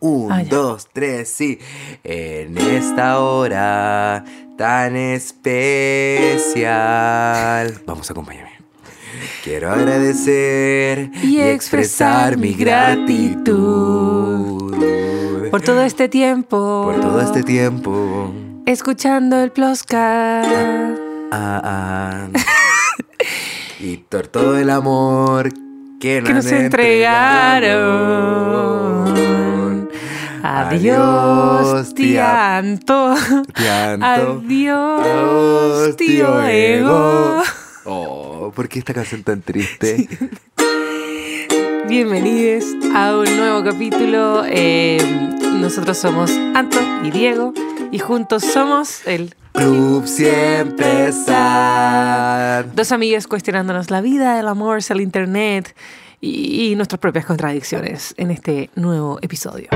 Un, Ah, ya. dos, tres, sí. En esta hora tan especial. Vamos, acompáñame. Quiero agradecer Y expresar mi gratitud. gratitud Por todo este tiempo. por todo este tiempo. Escuchando el Plosca. Ah, ah. y por todo el amor que nos, Que nos entregaron. Adiós, tía Anto. Tianto. Adiós, tío Ego. Oh, ¿por qué esta canción tan triste? Bienvenidos a un nuevo capítulo. Eh, nosotros somos Anto y Diego y juntos somos el Club siempre sad. dos amigos cuestionándonos la vida, el amor, el internet y, y nuestras propias contradicciones en este nuevo episodio.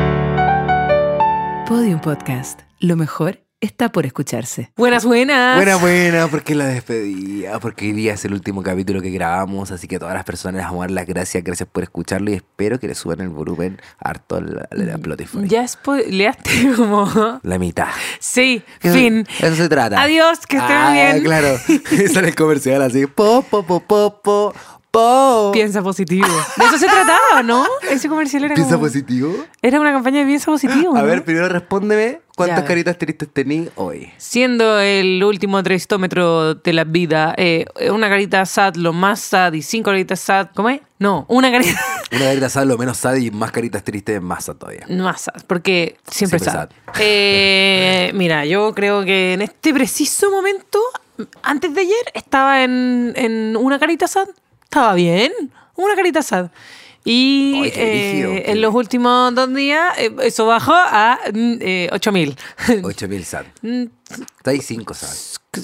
Podium Podcast. Lo mejor está por escucharse. Buenas, buenas. Buena, buena, porque la despedía, porque hoy día es el último capítulo que grabamos, así que a todas las personas les vamos a dar las gracias, gracias por escucharlo y espero que le suban el volumen harto a la, a la Spotify. Ya spoileaste como... La mitad. Sí, fin. Eso se trata. Adiós, que estén Ah, bien. claro. Sale el comercial así. Po, po, po, po, po, po. Piensa positivo. De eso se trataba, ¿no? Ese comercial era ¿Piensa como- positivo? Era una campaña de piensa positivo. A ¿no? ver, primero respóndeme cuántas Ya. caritas tristes tení hoy. Siendo el último tristómetro de la vida, eh, una carita sad, lo más sad, y cinco caritas sad. ¿Cómo es? No, una carita Una carita sad, lo menos sad y más caritas tristes, más sad todavía. más sad, porque siempre, Siempre sad. Eh, mira, yo creo que en este preciso momento, antes de ayer, estaba en, en una carita sad. Estaba bien, una carita sad. Y Ay, qué eh, brígido, qué- en los últimos dos días, eh, eso bajó a mm, eh, 8000. 8000 sad. Mm, Está 5 sad.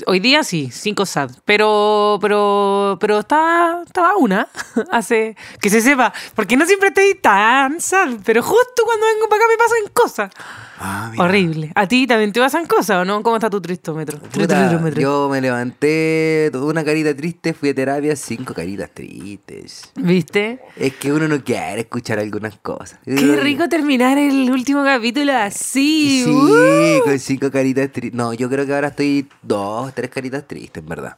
Hoy día sí, cinco SAD. Pero, pero, pero estaba, estaba una. Hace que se sepa. Porque no siempre estoy tan SAD. Pero justo cuando vengo para acá me pasan cosas. Ah, Horrible. ¿A ti también te pasan cosas o no? ¿Cómo está tu tristómetro? Puta, Tristómetro. yo me levanté, tuve una carita triste, fui a terapia, cinco caritas tristes. ¿Viste? Es que uno no quiere escuchar algunas cosas. Qué rico terminar el último capítulo así. Sí, ¡Uh! con cinco caritas tristes. No, yo creo que ahora estoy dos, tres caritas tristes, en verdad.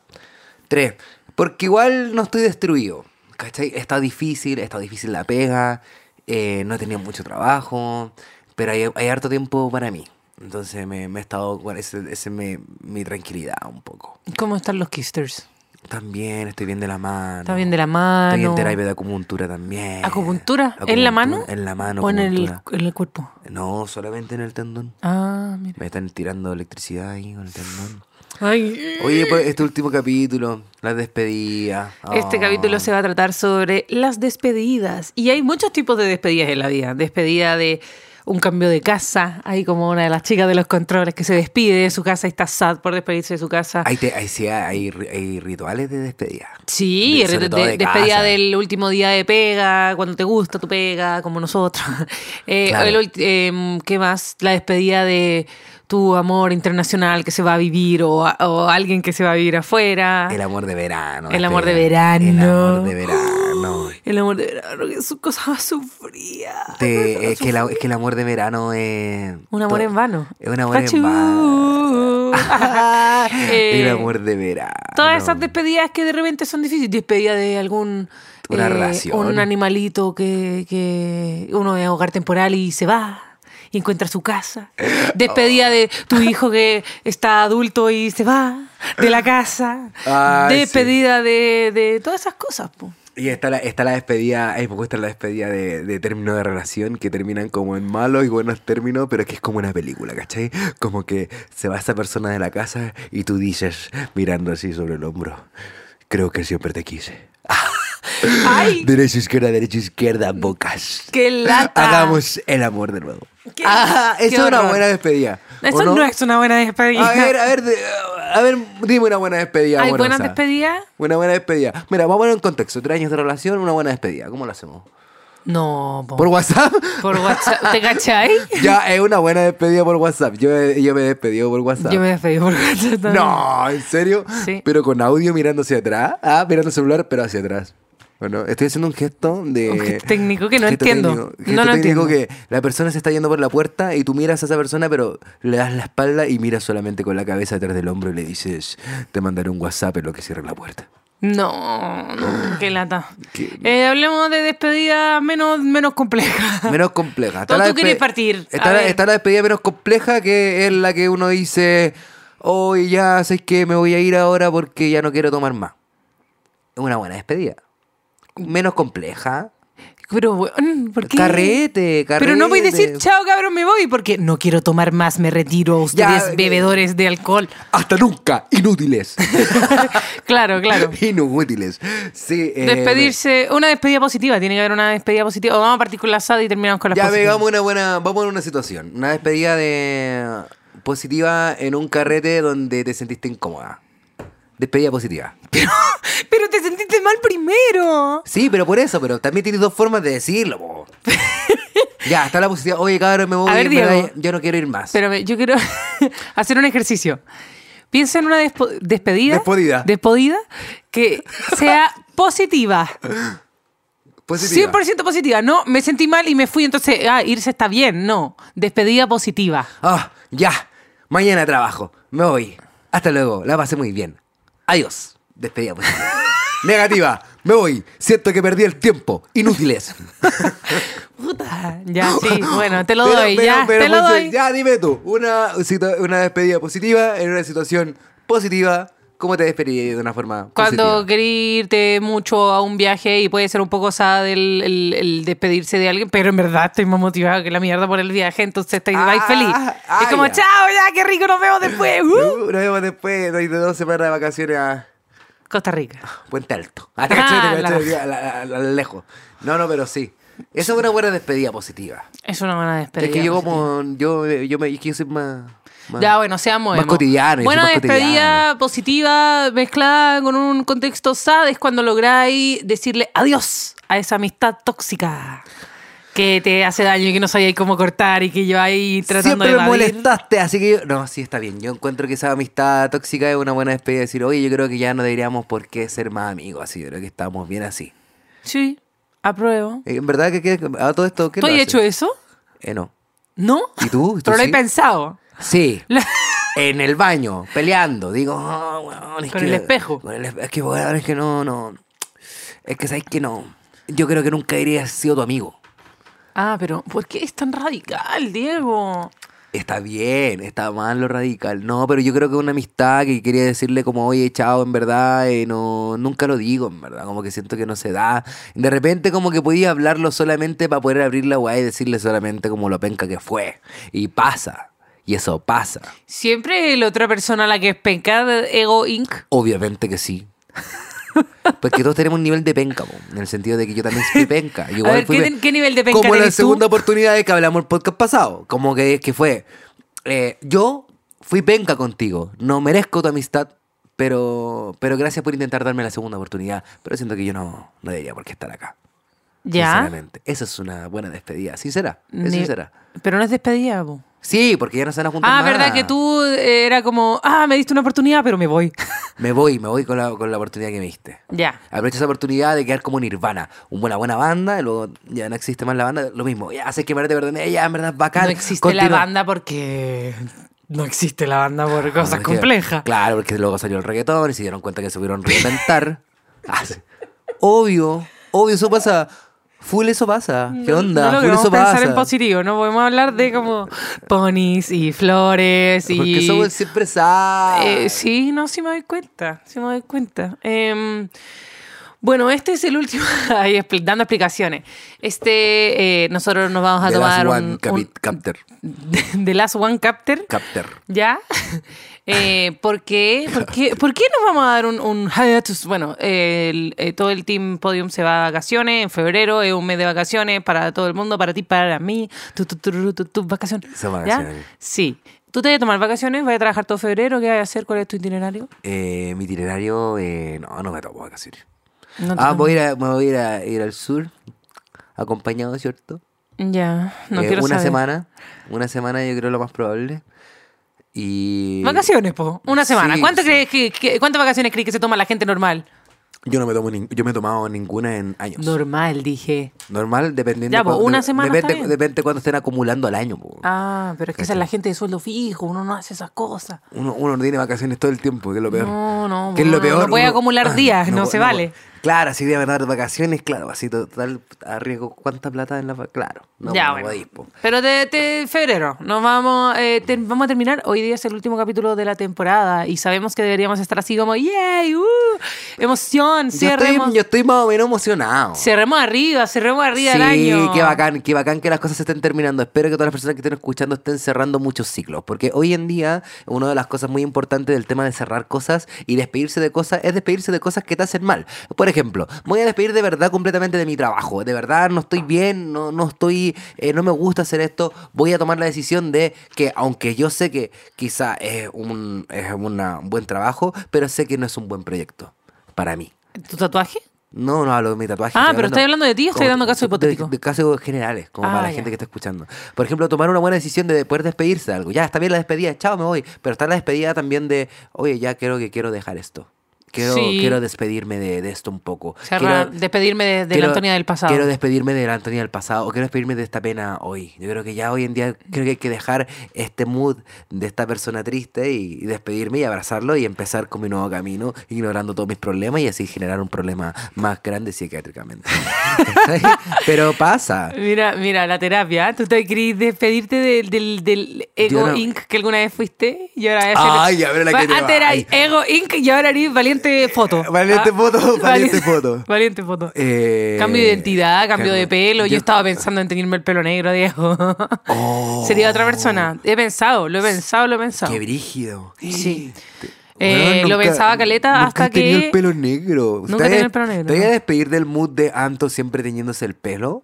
Tres. Porque igual no estoy destruido. ¿Cachai? Está difícil, está difícil la pega. eh, no he tenido mucho trabajo. Pero hay, hay harto tiempo para mí. Entonces me, me he estado con ese, ese me- mi tranquilidad un poco. ¿Cómo están los kisters? También estoy bien de la mano. ¿Está bien de la Estoy en mano? terapia de acupuntura también. ¿Acupuntura? ¿En la mano? En la mano. ¿O en el, acupuntura. en el cuerpo? No, solamente en el tendón. Ah, mira. Me están tirando electricidad ahí con el tendón. Ay. Oye, pues este último capítulo, la despedida. Este Oh. capítulo se va a tratar sobre las despedidas. Y hay muchos tipos de despedidas en la vida. Despedida de un cambio de casa. Hay como una de las chicas de los controles que se despide de su casa y está sad por despedirse de su casa. Hay, te- hay, sí, hay, ri- hay rituales de despedida. sí, de- sobre de- todo de- de despedida casa. del último día de pega, cuando te gusta tu pega, como nosotros. Eh, Claro. el ulti- em, ¿Qué más? La despedida de tu amor internacional que se va a vivir o, a- o alguien que se va a vivir afuera. El amor de verano. Ah. El amor de despedida. El amor verano. de verano. El amor de verano, que es cosa más sufrida. Te- Este, es, que la- es que el amor de verano es. Un amor to- en vano. Es un amor en Achú. vano. Eh, el amor de verano. Todas esas despedidas que de repente son difíciles. Despedida de algún. eh, Una relación. Un animalito que, que uno es hogar temporal y se va y encuentra su casa. Despedida de tu hijo que está adulto y se va de la casa. Ay, despedida de, de todas esas cosas. po. Y está la, está la despedida, ay, me gusta la despedida de, de término de relación que terminan como en malos y buenos términos, pero que es como una película, ¿cachai? Como que se va esa persona de la casa y tú dices, mirando así sobre el hombro, creo que siempre te quise. ¡Ay! Derecha, izquierda, derecha, izquierda, bocas. ¡Qué lata! Hagamos el amor de nuevo. Qué- Ah, qué eso es una horror. buena despedida. ¿o Eso no? es una buena despedida. A ver, a ver, de- a ver, dime una buena despedida. ¿Hay amorosa. buenas despedidas? Una buena despedida. Mira, vamos a poner en contexto. Tres años de relación, una buena despedida. ¿Cómo lo hacemos? No, po. ¿Por WhatsApp? Oh. Por WhatsApp. ¿Te cachai? ya, es una buena despedida por WhatsApp. Yo, he- yo me he despedido por WhatsApp. Yo me despedí por WhatsApp también. No, ¿en serio? Sí. Pero con audio mirando hacia atrás. Ah, mirando el celular, pero hacia atrás. Bueno, estoy haciendo un gesto de. Un gesto técnico que no gesto entiendo. técnico, No gesto lo técnico entiendo. que la persona se está yendo por la puerta y tú miras a esa persona, pero le das la espalda y miras solamente con la cabeza detrás del hombro y le dices, te mandaré un WhatsApp en lo que cierre la puerta. No, no, qué lata. Qué- Eh, hablemos de despedidas menos, menos complejas. Menos compleja. Está Todo la tú querés despe- partir. A Está la, ver. está la despedida menos compleja que es la que uno dice, hoy ya sé que me voy a ir ahora porque ya no quiero tomar más. Es una buena despedida. Menos compleja. Pero, weón, ¿por qué? Carrete, Pero no voy a decir, carrete. chao, cabrón, me voy, porque no quiero tomar más, me retiro. Ustedes eh. bebedores de alcohol. Hasta nunca, inútiles. claro, claro. Inútiles. Sí, eh, Despedirse, una despedida positiva, tiene que haber una despedida positiva. O vamos a partir con la asada y terminamos con la Ya pegamos una buena. Vamos a una situación. Una despedida de positiva en un carrete donde te sentiste incómoda. Despedida positiva. Pero te sentiste mal primero. Sí, pero por eso, pero también tienes dos formas de decirlo, po. Ya, está la positiva. Oye, cabrón, me voy. A ver, me Diego. voy, yo no quiero ir más. Espérame, yo quiero hacer un ejercicio. Piensa en una despo- despedida. Despodida. Despodida que sea positiva. Positiva. 100% positiva. No, me sentí mal y me fui, entonces, ah, irse está bien. No, despedida positiva. Ah, ya. Mañana trabajo. Me voy. Hasta luego. La pasé muy bien. Adiós. Despedida positiva. Negativa. Me voy. Siento que perdí el tiempo. Inútiles. Puta, Ah, ya, sí, bueno, te lo Pero- doy, pero- ya, pero te lo Monse, doy. Ya, dime tú, una, situa- una despedida positiva en una situación positiva, ¿cómo te despedirías de una forma Cuando positiva? querés irte mucho a un viaje y puede ser un poco sad el, el- el despedirse de alguien, pero en verdad estoy más motivado que la mierda por el viaje, entonces te Ah, vais feliz. ah, es como, ya. chao, ya, qué rico, nos vemos después. uh". Uh, Nos vemos después de de dos semanas de vacaciones a Costa Rica. Puente Alto. Ah, te caché, te la- caché, a la- a la- a la lejos. No, no, pero sí. Esa es una buena despedida positiva. Es una buena despedida. es que yo positiva. como, yo, yo, me, es que yo soy más... más- Ya, bueno, seamos Más emo. cotidiano. yo soy Buena más despedida cotidiano. positiva mezclada con un contexto sad es cuando lográis decirle adiós a esa amistad tóxica que te hace daño y que no sabíais cómo cortar y que yo ahí tratando Siempre de me evadir. molestaste, así que yo... No, sí, está bien. Yo encuentro que esa amistad tóxica es una buena despedida. Decir, oye, yo creo que ya no deberíamos por qué ser más amigos, así. Yo creo que estamos bien así. Sí, apruebo. Eh, En verdad que, que- a todo esto, ¿qué ¿Tú lo has haces? hecho eso? Eh, no. ¿No? ¿Y tú? ¿Tú Pero lo he sí? pensado. Sí. La- en el baño, peleando. Digo, "Ah, weón, es Con que- el espejo. con el espe- es que, weón, es que no, no. Es que, ¿sabes que no? Yo creo que nunca habría sido tu amigo. Ah, pero ¿por qué es tan radical, Diego? Está bien, está mal lo radical. No, pero yo creo que una amistad que quería decirle como, oye, chao, en verdad, eh, no, nunca lo digo, en verdad, como que siento que no se da. De repente como que podía hablarlo solamente para poder abrir la weá y decirle solamente como lo penca que fue. Y pasa, y eso pasa. Siempre la otra persona a la que es penca, Ego Inc. Obviamente que sí. Porque todos tenemos un nivel de penca, po, en el sentido de que yo también soy penca. Yo ver, ¿qué pe- ni- qué nivel de penca Como la tenés tú? segunda oportunidad de que hablamos el podcast pasado. Como que, que fue, eh, yo fui penca contigo, no merezco tu amistad, pero, pero gracias por intentar darme la segunda oportunidad. Pero siento que yo no, no debería por qué estar acá. Ya. Sinceramente. Esa es una buena despedida. Sincera, es Ni- sincera. Pero no es despedida, po. Sí, porque ya no se van a juntar Ah, más. verdad que tú eh, era como, ah, me diste una oportunidad, pero me voy. Me voy, me voy con la, con la oportunidad que me diste. ya. Aprovecha esa oportunidad de quedar como Nirvana. Una buena, buena banda, y luego ya no existe más la banda, lo mismo. Ya sé que me te perdoné, ya en verdad es bacán. No existe la Continúa. banda porque no existe la banda por No, cosas porque- complejas. Claro, porque luego salió el reggaetón y se dieron cuenta que se pudieron reinventar. Ah, sí. obvio, obvio, eso pasa. Full eso pasa. ¿Qué onda? No Full logramos eso pensar pasa. en positivo, no podemos hablar de como ponis y flores y... Porque somos siempre sad. Eh, sí, no, sí me doy cuenta, sí me doy cuenta. Em, bueno, este es el último, ahí expli- dando explicaciones. Este, eh, nosotros nos vamos a The tomar Last un- One Capi- un, Capter. de Last One Capter. Capter. ¿Ya? Eh, ¿por, qué? ¿Por qué? por qué nos vamos a dar un, un hiatus? Bueno, el- eh, todo el Team Podium se va a vacaciones en febrero, es un mes de vacaciones para todo el mundo, para ti, para mí. Tu, tu, tu, tu, tu, tu, vacaciones. Son ¿Ya? vacaciones. Sí. ¿Tú te vas a tomar vacaciones? ¿Vas a trabajar todo febrero? ¿Qué vas a hacer? ¿Cuál es tu itinerario? Eh, mi itinerario, eh, no, no me tomo vacaciones. No te ah, tomes- voy a ir, a- me voy a ir, a- ir al sur, acompañado, ¿cierto? Ya, no Eh, quiero una saber. semana, una semana yo creo lo más probable. Y... Vacaciones, po. Una Sí, semana. ¿Cuánto sí. crees que, que- ¿Cuántas vacaciones crees que se toma la gente normal? Yo no me tomo nin- yo me he tomado ninguna en años. Normal, dije. Normal, dependiendo. Ya, pues, cuan- una de- semana Depende, está bien. depende cuando estén acumulando al año. po. Ah, pero es que esa es la gente de sueldo fijo, uno no hace esas cosas. Uno, uno no tiene vacaciones todo el tiempo, que es lo peor. No, no, que es lo uno no peor. puede uno- acumular ah, días, no se po- vale. po- claro, si voy a ganar vacaciones, claro, así total, arriesgo cuánta plata en la. va- Claro, no, ya, po, no bueno. podéis, po. Pero de, de febrero, nos vamos, eh, te- vamos a terminar. Hoy día es el último capítulo de la temporada y sabemos que deberíamos estar así como, ¡yay! ¡Uh! ¡Emoción! Yo estoy, Cerremos, yo estoy más o menos emocionado. cerremos arriba, cerremos arriba el sí, año. qué bacán, qué bacán que las cosas se estén terminando. Espero que todas las personas que estén escuchando estén cerrando muchos ciclos, porque hoy en día una de las cosas muy importantes del tema de cerrar cosas y despedirse de cosas es despedirse de cosas que te hacen mal. Por ejemplo, me voy a despedir de verdad completamente de mi trabajo. De verdad no estoy bien, no, no estoy, eh, no me gusta hacer esto. Voy a tomar la decisión de que aunque yo sé que quizá es un, es una- un buen trabajo, pero sé que no es un buen proyecto para mí. ¿Tu tatuaje? No, no hablo de mi tatuaje. Ah, pero estoy hablando de ti, estoy dando casos hipotéticos. De, de casos generales, como Ah, para la ya. gente que está escuchando. Por ejemplo, tomar una buena decisión de poder despedirse de algo. Ya, está bien la despedida, chao, me voy. Pero está la despedida también de, oye, ya creo que quiero dejar esto. Quiero, Sí. quiero despedirme de, de esto un poco. Cerrar, Quiero- despedirme de, de la quiero- Antonia del pasado. Quiero despedirme de la Antonia del pasado o quiero despedirme de esta pena hoy. Yo creo que ya hoy en día creo que hay que dejar este mood de esta persona triste y, y despedirme y abrazarlo y empezar con mi nuevo camino, ignorando todos mis problemas y así generar un problema más grande psiquiátricamente. ¿Cachai? Pero pasa. Mira, mira, la terapia. ¿Tú te querís despedirte del, del, del Ego Yo no- Inc. que alguna vez fuiste? Y ahora eres- Ay, a ver la que te Antes va. eras Ego Inc. y ahora eres Valiente Foto. Ah, Valiente Foto, Valiente Foto. Valiente Foto. Eh, cambio de identidad, cambio de pelo. Yo yo- estaba pensando en tenerme el pelo negro, Diego. Oh. Sería otra persona. He pensado, lo he pensado, lo he pensado. Qué brígido. Sí. Weón, Eh, lo nunca- pensaba caleta nunca hasta he tenido que. el pelo negro. Nunca he ¿Te vayas- tenido el pelo negro, ¿Te voy a no. despedir del mood de Anto siempre teñiéndose el pelo?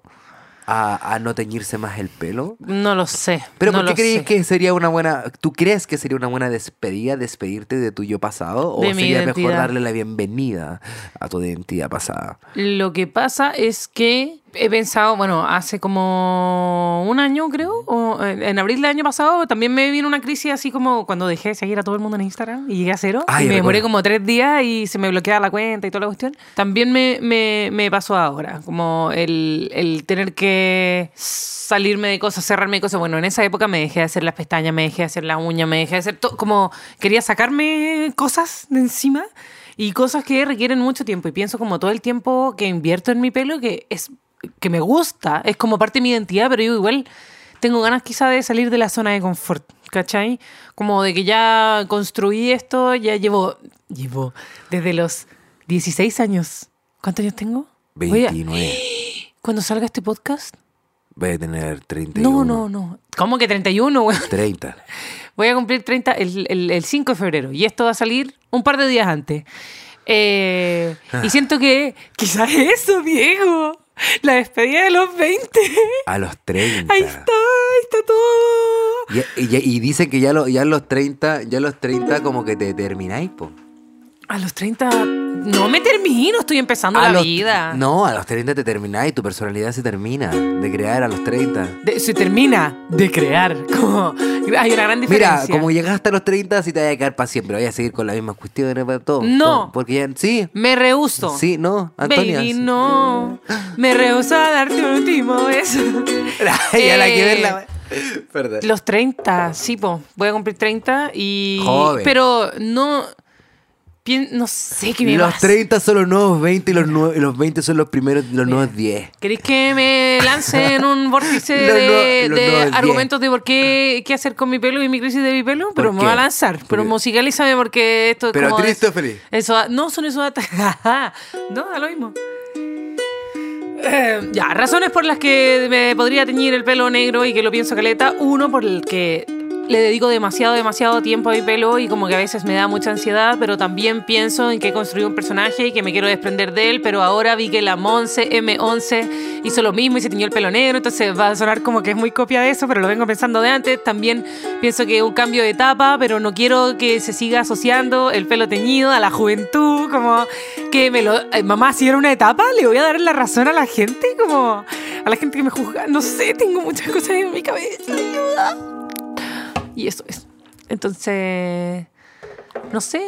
A, a no teñirse más el pelo. No lo sé. Pero no ¿por qué lo crees sé. que sería una buena... ¿Tú crees que sería una buena despedida despedirte de tu yo pasado? ¿O De mi sería mejor identidad. darle la bienvenida a tu identidad pasada? Lo que pasa es que he pensado, bueno, hace como un año creo, o en en abril del año pasado, también me vino una crisis así como cuando dejé de seguir a todo el mundo en Instagram y llegué a cero. Ah, y ya me demoré recuerdo. como tres días y se me bloqueaba la cuenta y toda la cuestión. También me, me- me pasó ahora, como el, el tener que salirme de cosas, cerrarme de cosas. Bueno, en esa época me dejé de hacer las pestañas, me dejé de hacer la uña, me dejé de hacer todo, como quería sacarme cosas de encima y cosas que requieren mucho tiempo. Y pienso como todo el tiempo que invierto en mi pelo, que es que me gusta, es como parte de mi identidad, pero yo igual tengo ganas quizá de salir de la zona de confort, ¿cachai? Como de que ya construí esto, ya llevo, llevo desde los 16 años. ¿Cuántos años tengo? Voy a- 29. cuando salga este podcast. Voy a tener 31. No, no, no. ¿Cómo que 31, güey? 30. Voy a cumplir 30 el, el- el 5 de febrero y esto va a salir un par de días antes. Eh, y siento que quizás eso, Diego. La despedida de los 20. A los 30. Ahí está, ahí está todo. Y, y- y dicen que ya, lo- ya a los 30, ya a los 30 como que te termináis, po. A los 30 no me termino, estoy empezando A la los- vida. No, a los 30 te terminás y tu personalidad se termina de crear a los 30. De- se termina de crear. Como, hay una gran diferencia. Mira, como llegas hasta los 30, así te vas a quedar para siempre. Voy a seguir con las mismas cuestiones para todo. No. todo, porque ya. Sí. Me rehuso. Sí, no, Antonia. Baby, sí. no. Me rehuso a darte un último beso. ya la que Eh, verla. Perdón. Los 30, sí, po. Voy a cumplir 30 y. Joven. Pero no. pien- No sé qué me Los pasa. 30 son los nuevos 20 y los, nue- y los 20 son los primeros, los nuevos 10. ¿Queréis que me lance en un vórtice Los de, no- los de no del argumentos de por qué qué hacer con mi pelo y mi crisis de mi pelo? Pero ¿Por me voy a qué? lanzar. Pero Porque- musicalízame porque esto es Pero como... triste es- o feliz. Eso, no, son esos ata- no, da lo mismo. Eh, ya, razones por las que me podría teñir el pelo negro y que lo pienso caleta. Uno, por el que le dedico demasiado, demasiado tiempo a mi pelo y como que a veces me da mucha ansiedad, pero también pienso en que he construido un personaje y que me quiero desprender de él, pero ahora vi que la Monse M11 hizo lo mismo y se teñió el pelo negro, entonces va a sonar como que es muy copia de eso, pero lo vengo pensando de antes. También pienso que es un cambio de etapa, pero no quiero que se siga asociando el pelo teñido a la juventud, como que me lo... eh, mamá, si era una etapa, le voy a dar la razón a la gente, como a la gente que me juzga. No sé, tengo muchas cosas en mi cabeza, ayuda. Y eso es. Entonces, no sé.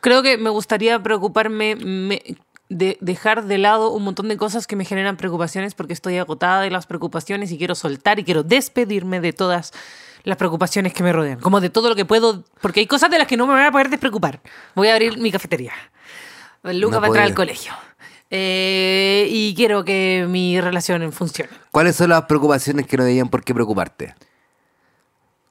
Creo que me gustaría preocuparme me- de dejar de lado un montón de cosas que me generan preocupaciones porque estoy agotada de las preocupaciones y quiero soltar y quiero despedirme de todas las preocupaciones que me rodean. Como de todo lo que puedo, porque hay cosas de las que no me voy a poder despreocupar. Voy a abrir mi cafetería. Lucas No va a entrar podía. al colegio. Eh, y quiero que mi relación funcione. ¿Cuáles son las preocupaciones que no debían por qué preocuparte?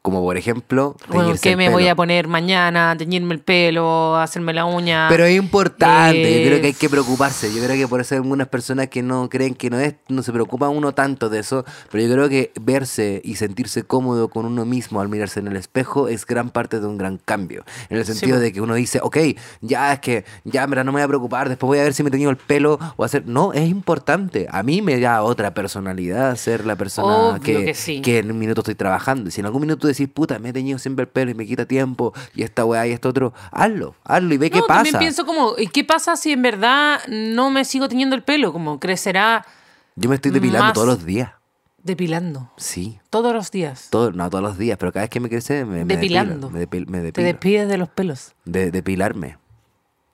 Como por ejemplo, Bueno, teñirse ¿qué el me pelo. voy a poner mañana? Teñirme el pelo, hacerme la uña. Pero es importante, Eh, yo creo que hay que preocuparse. Yo creo que por eso hay algunas personas que no creen que no es, no se preocupa uno tanto de eso, pero yo creo que verse y sentirse cómodo con uno mismo al mirarse en el espejo es gran parte de un gran cambio. En el sentido po. de que uno dice, ok, ya es que ya en verdad no me voy a preocupar, después voy a ver si me he tenido el pelo o hacer. No, es importante. A mí me da otra personalidad ser la persona Obvio que, que sí. que en un minuto estoy trabajando. Y Si en algún minuto decís, puta, me he teñido siempre el pelo y me quita tiempo y esta weá y esto otro, hazlo, hazlo y ve qué no, pasa. también pienso como, ¿y qué pasa si en verdad no me sigo teñiendo el pelo? Como crecerá Yo me estoy depilando Más. todos los días. depilando. Sí. Todos los días. Todo, no todos los días, pero cada vez que me crece me, me depilo, depilando. me depil- me Te depilo. despides de los pelos. De- depilarme.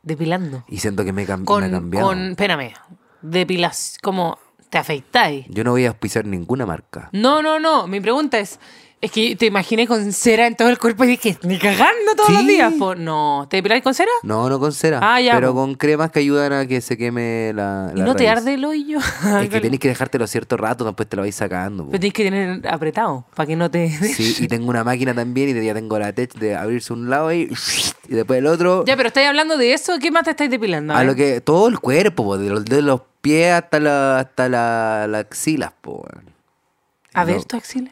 Depilando. Y siento que me, cam- me ha Con, cambiado. con, espérame, depilas, como te afeitáis. Yo no voy a auspiciar ninguna marca. No, no, no, mi pregunta es, es que te imaginé con cera en todo el cuerpo y dije, ni cagando todos los Sí. días. po". No, ¿te depiláis con cera? No, no con cera. Ah, ya, pero po. con cremas que ayudan a que se queme la. ¿Y la no te raíz. arde el hoyo? Es que tenéis que dejártelo cierto rato, después te lo vais sacando. po. Pero tenés que tener apretado para que no te... Sí, y tengo una máquina también y ya tengo la tech de abrirse un lado y, y después el otro. Ya, pero estáis hablando de eso, ¿qué más te estáis depilando? a ver. lo que todo el cuerpo, po, de los, de los pies hasta la, hasta la, las axilas, po. weón. A ver No. tu axila.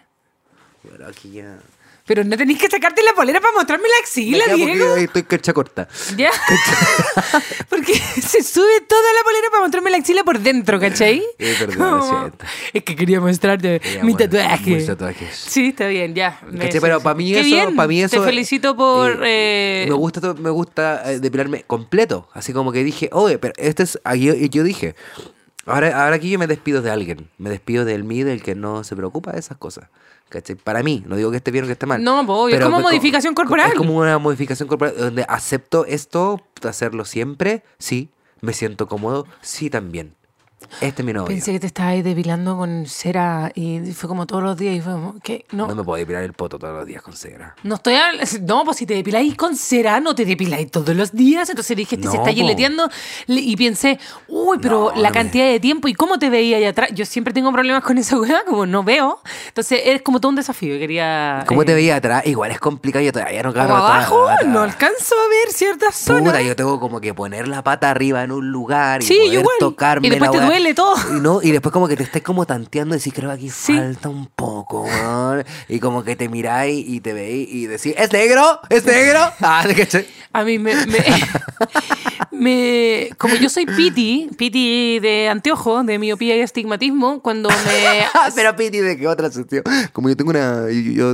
Pero aquí ya. Pero no tenéis que sacarte la polera para mostrarme la axila, Ya, porque Diego. ahí Estoy cacha corta. Ya. Porque se sube toda la polera para mostrarme la axila por dentro, ¿cachai? Eh, perdón, lo Como- siento. Es que quería mostrarte Quería mi mostrar tatuaje. mis tatuajes. Sí, está bien, ya. Me- ¿Cachai? Pero para mí Qué eso, bien, para mí eso. Te felicito por. eh, eh, Me gusta, to- me gusta eh, depilarme completo. Así como que dije, oye, pero este es. ahí Yo, yo dije, ahora, ahora aquí yo me despido de alguien. Me despido del mí, del que no se preocupa de esas cosas. ¿Cachai? Para mí, no digo que esté bien o que esté mal. No, pues, obvio, es como me- modificación co- corporal. Es como una modificación corporal donde acepto esto, hacerlo siempre, sí. Me siento cómodo, sí, también. Este es mi novio. Pensé que te estabas depilando con cera y fue como todos los días y fue como, ¿qué? No, No me puedo depilar el poto todos los días con cera. No estoy habl- No, pues si te depiláis con cera, no te depiláis todos los días. Entonces dije, este se No, está po. gileteando. Le- Y pensé, uy, pero No, no la me- cantidad de tiempo y cómo te veía allá atrás. Yo siempre tengo problemas con esa weá, como no veo. Entonces es como todo un desafío. Quería. ¿Cómo eh, te veía atrás? Igual es complicado, yo todavía no como agarro atrás, abajo, atrás. no alcanzo a ver ciertas zonas. Puta, yo tengo como que poner la pata arriba en un lugar y Sí, yo poder igual. tocarme Y después la te weá. duele todo. Y, no, y después como que te estás como tanteando y decís, creo que aquí Sí. falta un poco, weón. Y como que te miráis y te veis y decís, ¿es negro? ¿Es negro? Ah, ¿te caché? A mí me. me, me- como yo soy piti, piti de anteojo, de miopía y astigmatismo, cuando me. Ah, Pero Piti, ¿de qué otra sentido? Como yo tengo una... Yo, yo-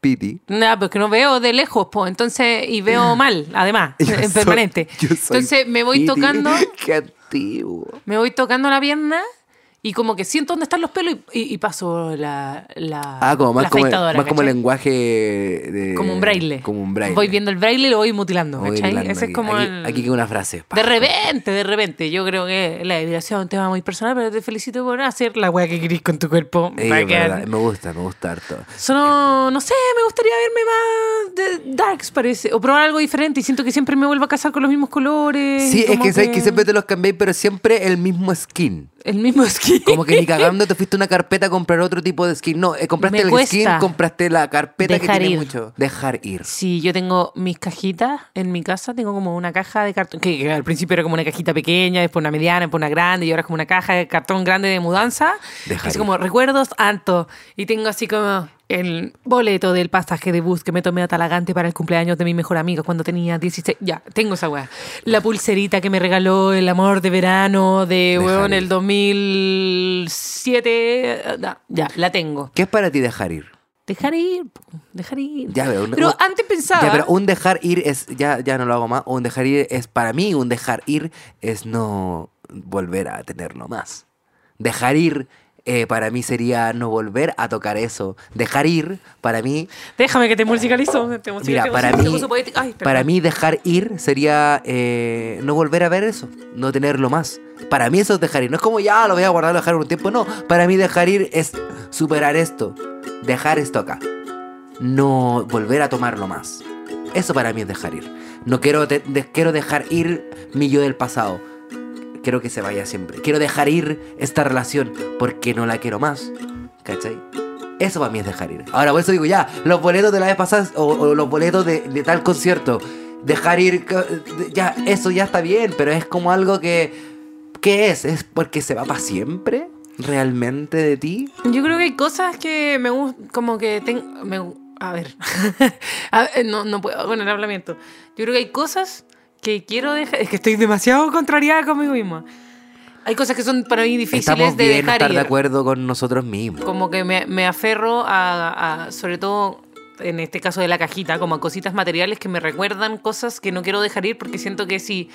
Piti... Nada, porque pues no veo de lejos, pues, entonces, y veo mal, además, yo en soy- permanente. yo soy entonces me voy Piti. tocando, Qué antiguo. me voy tocando la pierna y como que siento dónde están los pelos y, y- y paso la, la, Ah, como más, la como, afeitadora, más como ¿cachai? lenguaje de... Como un braille. Como un braille. Voy viendo el braille y lo voy mutilando, Voy ¿cachai? hilando Ese aquí. es como aquí, el- aquí queda una frase. pa. De repente, de repente. Yo creo que la depilación es un tema muy personal, pero te felicito por hacer la wea que querís con tu cuerpo. Eh, Bacán. verdad, me gusta, me gusta harto. Solo, no sé, me gustaría verme más de darks, parece. O probar algo diferente. Y siento que siempre me vuelvo a casar con los mismos colores. Sí, es como que sabes que siempre te los cambié, pero siempre el mismo skin. El mismo skin. Como que ni cagando te fuiste a una carpeta a comprar otro tipo de skin. No, eh, compraste Me el cuesta skin, compraste la carpeta que dejar tiene ir. mucho. Dejar ir. Sí, yo tengo mis cajitas en mi casa. Tengo como una caja de cartón. Que, que al principio era como una cajita pequeña, después una mediana, después una grande. Y ahora es como una caja de cartón grande de mudanza. Dejar Que es ir. como recuerdos alto. Y tengo así como el boleto del pasaje de bus que me tomé a Talagante para el cumpleaños de mi mejor amiga cuando tenía 16. Ya, tengo esa weá. La pulserita que me regaló el amor de verano de Dejar weón ir. el 2007. Ya, eh, Ya, la tengo. ¿Qué es para ti dejar ir? Dejar ir, po, dejar ir. Ya, pero, un- un- antes pensaba. Ya, pero un dejar ir es. Ya, ya no lo hago más. Un dejar ir es para mí. Un dejar ir es no volver a tenerlo más. Dejar ir eh, para mí sería no volver a tocar eso. Dejar ir, para mí, Déjame que te musicalizo. Te musicalizo, Mira, te para musicalizo, mí, te musicalizo. Ay, perdón. para mí dejar ir sería eh, no volver a ver eso, no tenerlo más. Para mí eso es dejar ir. No es como ya lo voy a guardar, lo voy a dejar un tiempo. No, para mí dejar ir es superar esto, dejar esto acá. No volver a tomarlo más. Eso para mí es dejar ir. No quiero, te- de- quiero dejar ir mi yo del pasado. Quiero que se vaya siempre. Quiero dejar ir esta relación porque no la quiero más. ¿Cachai? Eso para mí es dejar ir. Ahora, por eso digo ya, los boletos de la vez pasada o, o los boletos de, de tal concierto, dejar ir, ca- de- ya, eso ya está bien, pero es como algo que, ¿qué es? ¿Es porque se va para siempre? ¿Realmente de ti? Yo creo que hay cosas que me gustan, como que tengo... Me, gu- a ver, A ver, no, no puedo con el hablamiento. Yo creo que hay cosas que quiero dejar... Es que estoy demasiado contrariada conmigo misma. Hay cosas que son para mí difíciles Estamos de bien dejar estar de ir. acuerdo con nosotros mismos. Como que me, me aferro a, a- sobre todo en este caso de la cajita, como a cositas materiales que me recuerdan cosas que no quiero dejar ir porque siento que si...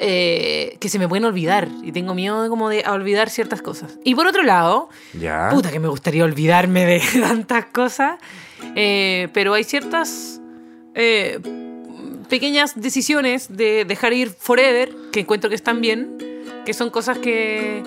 eh, que se me pueden olvidar y tengo miedo de como de a olvidar ciertas cosas. Y por otro lado, Ya. Puta que me gustaría olvidarme de tantas cosas. eh, pero hay ciertas eh, pequeñas decisiones de dejar ir forever que encuentro que están bien. Que son cosas que.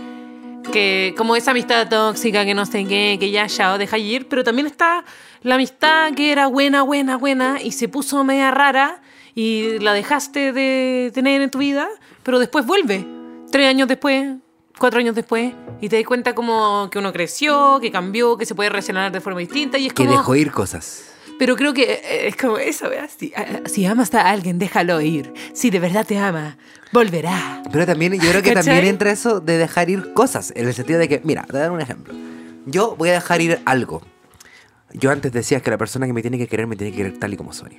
que como esa amistad tóxica que no sé qué, que ya, ya, deja ir. Pero también está la amistad que era buena, buena, buena y se puso media rara y la dejaste de tener en tu vida, pero después vuelve. Tres años después, cuatro años después, y te das cuenta como que uno creció, que cambió, que se puede relacionar de forma distinta y es Que como... dejó ir cosas. Pero creo que eh, es como eso, ¿verdad? Si, ah, si amas a alguien, déjalo ir. Si de verdad te ama, volverá. Pero también, yo creo que ¿Cachai? también entra eso de dejar ir cosas, en el sentido de que, mira, te voy a dar un ejemplo. Yo voy a dejar ir algo. Yo antes decía que la persona que me tiene que querer me tiene que querer tal y como soy.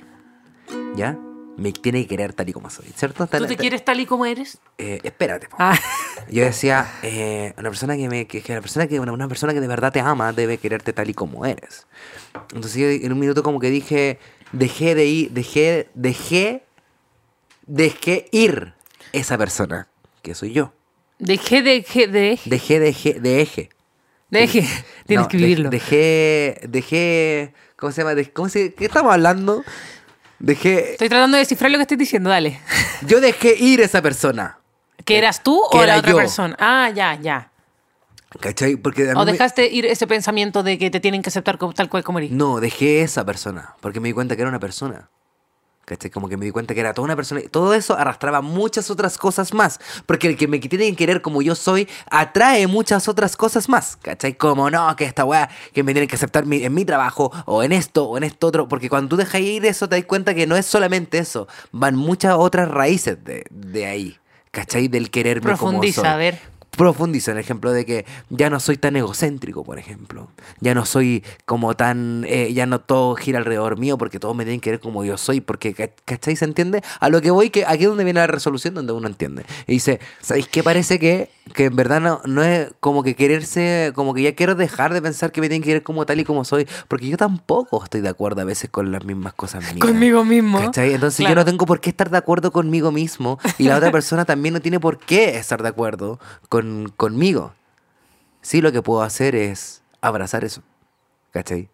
¿Ya? Me tiene que querer tal y como soy, ¿cierto? ¿Tú te quieres tal y como eres? Eh, espérate. po. Ah, Yo decía, eh, una persona que me, que, que la persona que una, una persona que de verdad te ama debe quererte tal y como eres. Entonces yo en un minuto como que dije, dejé de ir, dejé, dejé, dejé ir esa persona que soy yo. dejé, dejé, dejé. Dejé, dejé, de eje. Dejé. Tienes No, que de- escribirlo. Dejé, dejé, ¿cómo se llama? De- ¿cómo se- ¿Qué estamos hablando? Dejé, Estoy tratando de descifrar lo que estoy diciendo, dale. yo dejé ir esa persona. ¿Que eras tú Eh, Que o era la otra yo. persona? Ah, ya, ya. ¿Cachai? Porque a ¿O mí me- dejaste ir ese pensamiento de que te tienen que aceptar como- tal cual como eres? No, dejé esa persona, porque me di cuenta que era una persona. ¿Cachai? Como que me di cuenta que era toda una persona. y Todo eso arrastraba muchas otras cosas más. Porque el que me tiene que querer como yo soy atrae muchas otras cosas más. ¿Cachai? Como no, que esta weá, que me tienen que aceptar mi- en mi trabajo, o en esto, o en esto otro. Porque cuando tú dejas ir eso, te das cuenta que no es solamente eso. Van muchas otras raíces de, de ahí. ¿Cachai? Del quererme Profundiza, como soy a ver. profundiza en el ejemplo de que ya no soy tan egocéntrico, por ejemplo. Ya no soy como tan. eh, ya no todo gira alrededor mío porque todos me tienen que ver como yo soy. Porque, ca- ¿cachai? ¿Se entiende? A lo que voy, que aquí es donde viene la resolución, donde uno entiende. Y dice, ¿sabéis qué? Parece que, que en verdad no, no es como que quererse. Como que ya quiero dejar de pensar que me tienen que ver como tal y como soy. Porque yo tampoco estoy de acuerdo a veces con las mismas cosas mías. Conmigo mismo. ¿Cachai? Entonces yo Claro. no tengo por qué estar de acuerdo conmigo mismo y la otra persona también no tiene por qué estar de acuerdo con, conmigo. Sí, lo que puedo hacer es abrazar eso. ¿Cachai?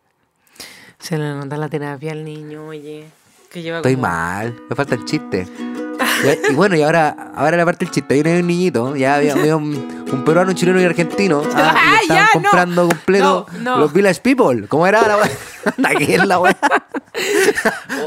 Se le nota la terapia al niño, oye. Que lleva Estoy como- mal, me faltan chistes. Y, y bueno, y ahora, ahora la parte del chiste. Viene un niñito, ya había, había un, un peruano, un chileno y argentino. Ah, y Ah, estaban ya, no. comprando completo No, no. los Village People. ¿Cómo era la wea? Aquí es la wea.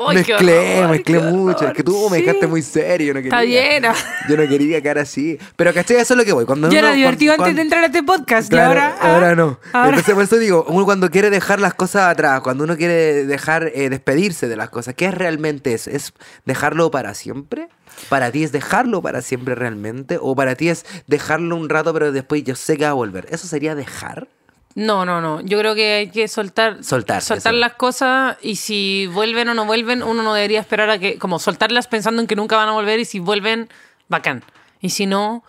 Ay, qué mezclé, horror, mezclé qué mucho. horror. Es que tú me Sí. dejaste muy serio. yo No Está quería. bien. ah. Yo no quería quedar así. Pero ¿cachai? Eso es lo que voy. Cuando Yo era uno- divertido cuan- antes de cuan- entrar a este podcast Claro, y ahora. ah, Ahora no. ahora- Entonces, por eso digo, uno cuando quiere dejar las cosas atrás, cuando uno quiere dejar, eh, despedirse de las cosas, ¿qué es realmente eso? ¿Es dejarlo para siempre? ¿Para ti es dejarlo para siempre realmente? ¿O para ti es dejarlo un rato, pero después yo sé que va a volver? ¿Eso sería dejar? No, no, no. Yo creo que hay que soltar. Soltar, Soltar eso. las cosas y si vuelven o no vuelven, uno no debería esperar a que. Como soltarlas pensando en que nunca van a volver y si vuelven, bacán. Y si no,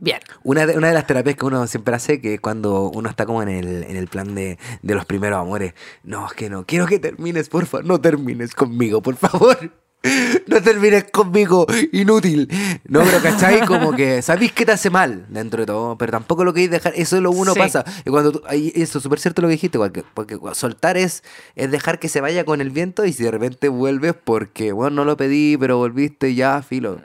bien. Una de, una de las terapias que uno siempre hace, que es cuando uno está como en el, en el plan de, de los primeros amores. No, es que no, quiero que termines, porfa, no termines conmigo, por favor. No termines conmigo, inútil. No, pero ¿cachai? Como que sabéis que te hace mal dentro de todo, pero tampoco lo queréis dejar. Eso es lo uno Sí. pasa. Y cuando tú- ahí, eso es súper cierto lo que dijiste, porque, porque soltar es, es dejar que se vaya con el viento y si de repente vuelves porque, bueno, no lo pedí, pero volviste, ya, filo.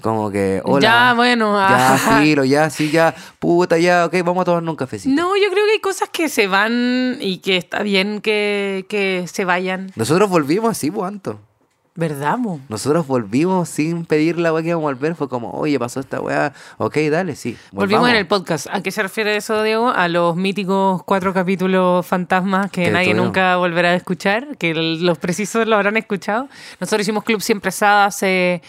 Como que, hola. Ya, bueno, Ya, ajá. filo, ya, sí, ya. Puta, ya, ok, vamos a tomarnos un cafecito. No, yo creo que hay cosas que se van y que está bien que, que se vayan. Nosotros volvimos así, pues, Anto. ¿Verdad, mo? Nosotros volvimos sin pedir la weá que íbamos a volver. Fue como, oye, pasó esta weá. Ok, dale, sí. Volvimos volvamos. en el podcast. ¿A qué se refiere eso, Diego? A los míticos cuatro capítulos fantasmas que Que nadie tuvimos. nunca volverá a escuchar, que el- los precisos lo habrán escuchado. Nosotros hicimos Club Siempre Sada hace...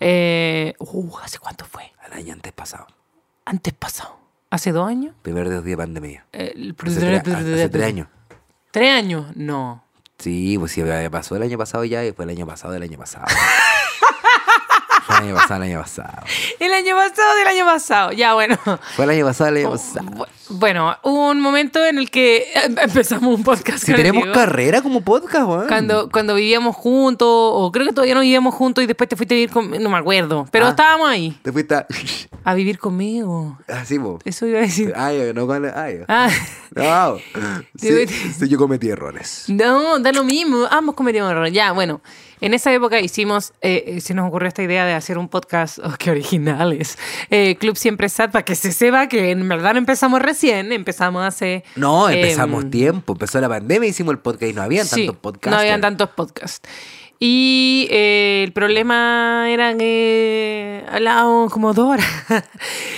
eh, uh, ¿Hace cuánto fue? Al año antes pasado. Antes pasado. ¿Hace dos años? Eh, Primer dos días de pandemia. El- Hace, tres, hace tres años. ¿Tres años? No. Sí, pues sí, eh, pasó el año pasado ya y fue el año pasado del año pasado. fue el año pasado, el año pasado. El año pasado del año pasado. Ya, bueno. Fue el año pasado, Oh, el año pasado. Bu- Bueno, hubo un momento en el que em- empezamos un podcast. Si con el tenemos Diego. carrera como podcast, weón. Cuando, cuando vivíamos juntos, o creo que todavía no vivíamos juntos y después te fuiste a vivir conmigo, no me acuerdo, pero Ah. estábamos ahí, Te fuiste a- a vivir conmigo. Así, po. Eso iba a decir. Ay, no, con- ay. Ah, No. Sí, Te fuiste- sí, yo cometí errores. no, da lo mismo, ambos cometimos errores. Ya, bueno, en esa época hicimos, eh, eh, se nos ocurrió esta idea de hacer un podcast, oh, qué originales, Eh, Club Siempre Sad, para que se sepa que en verdad no empezamos recién, empezamos hace... No, em, empezamos tiempo. Empezó la pandemia, hicimos el podcast y no habían Sí, tantos podcasts. No habían tantos podcasts. Y eh, el problema era que hablábamos como dos horas.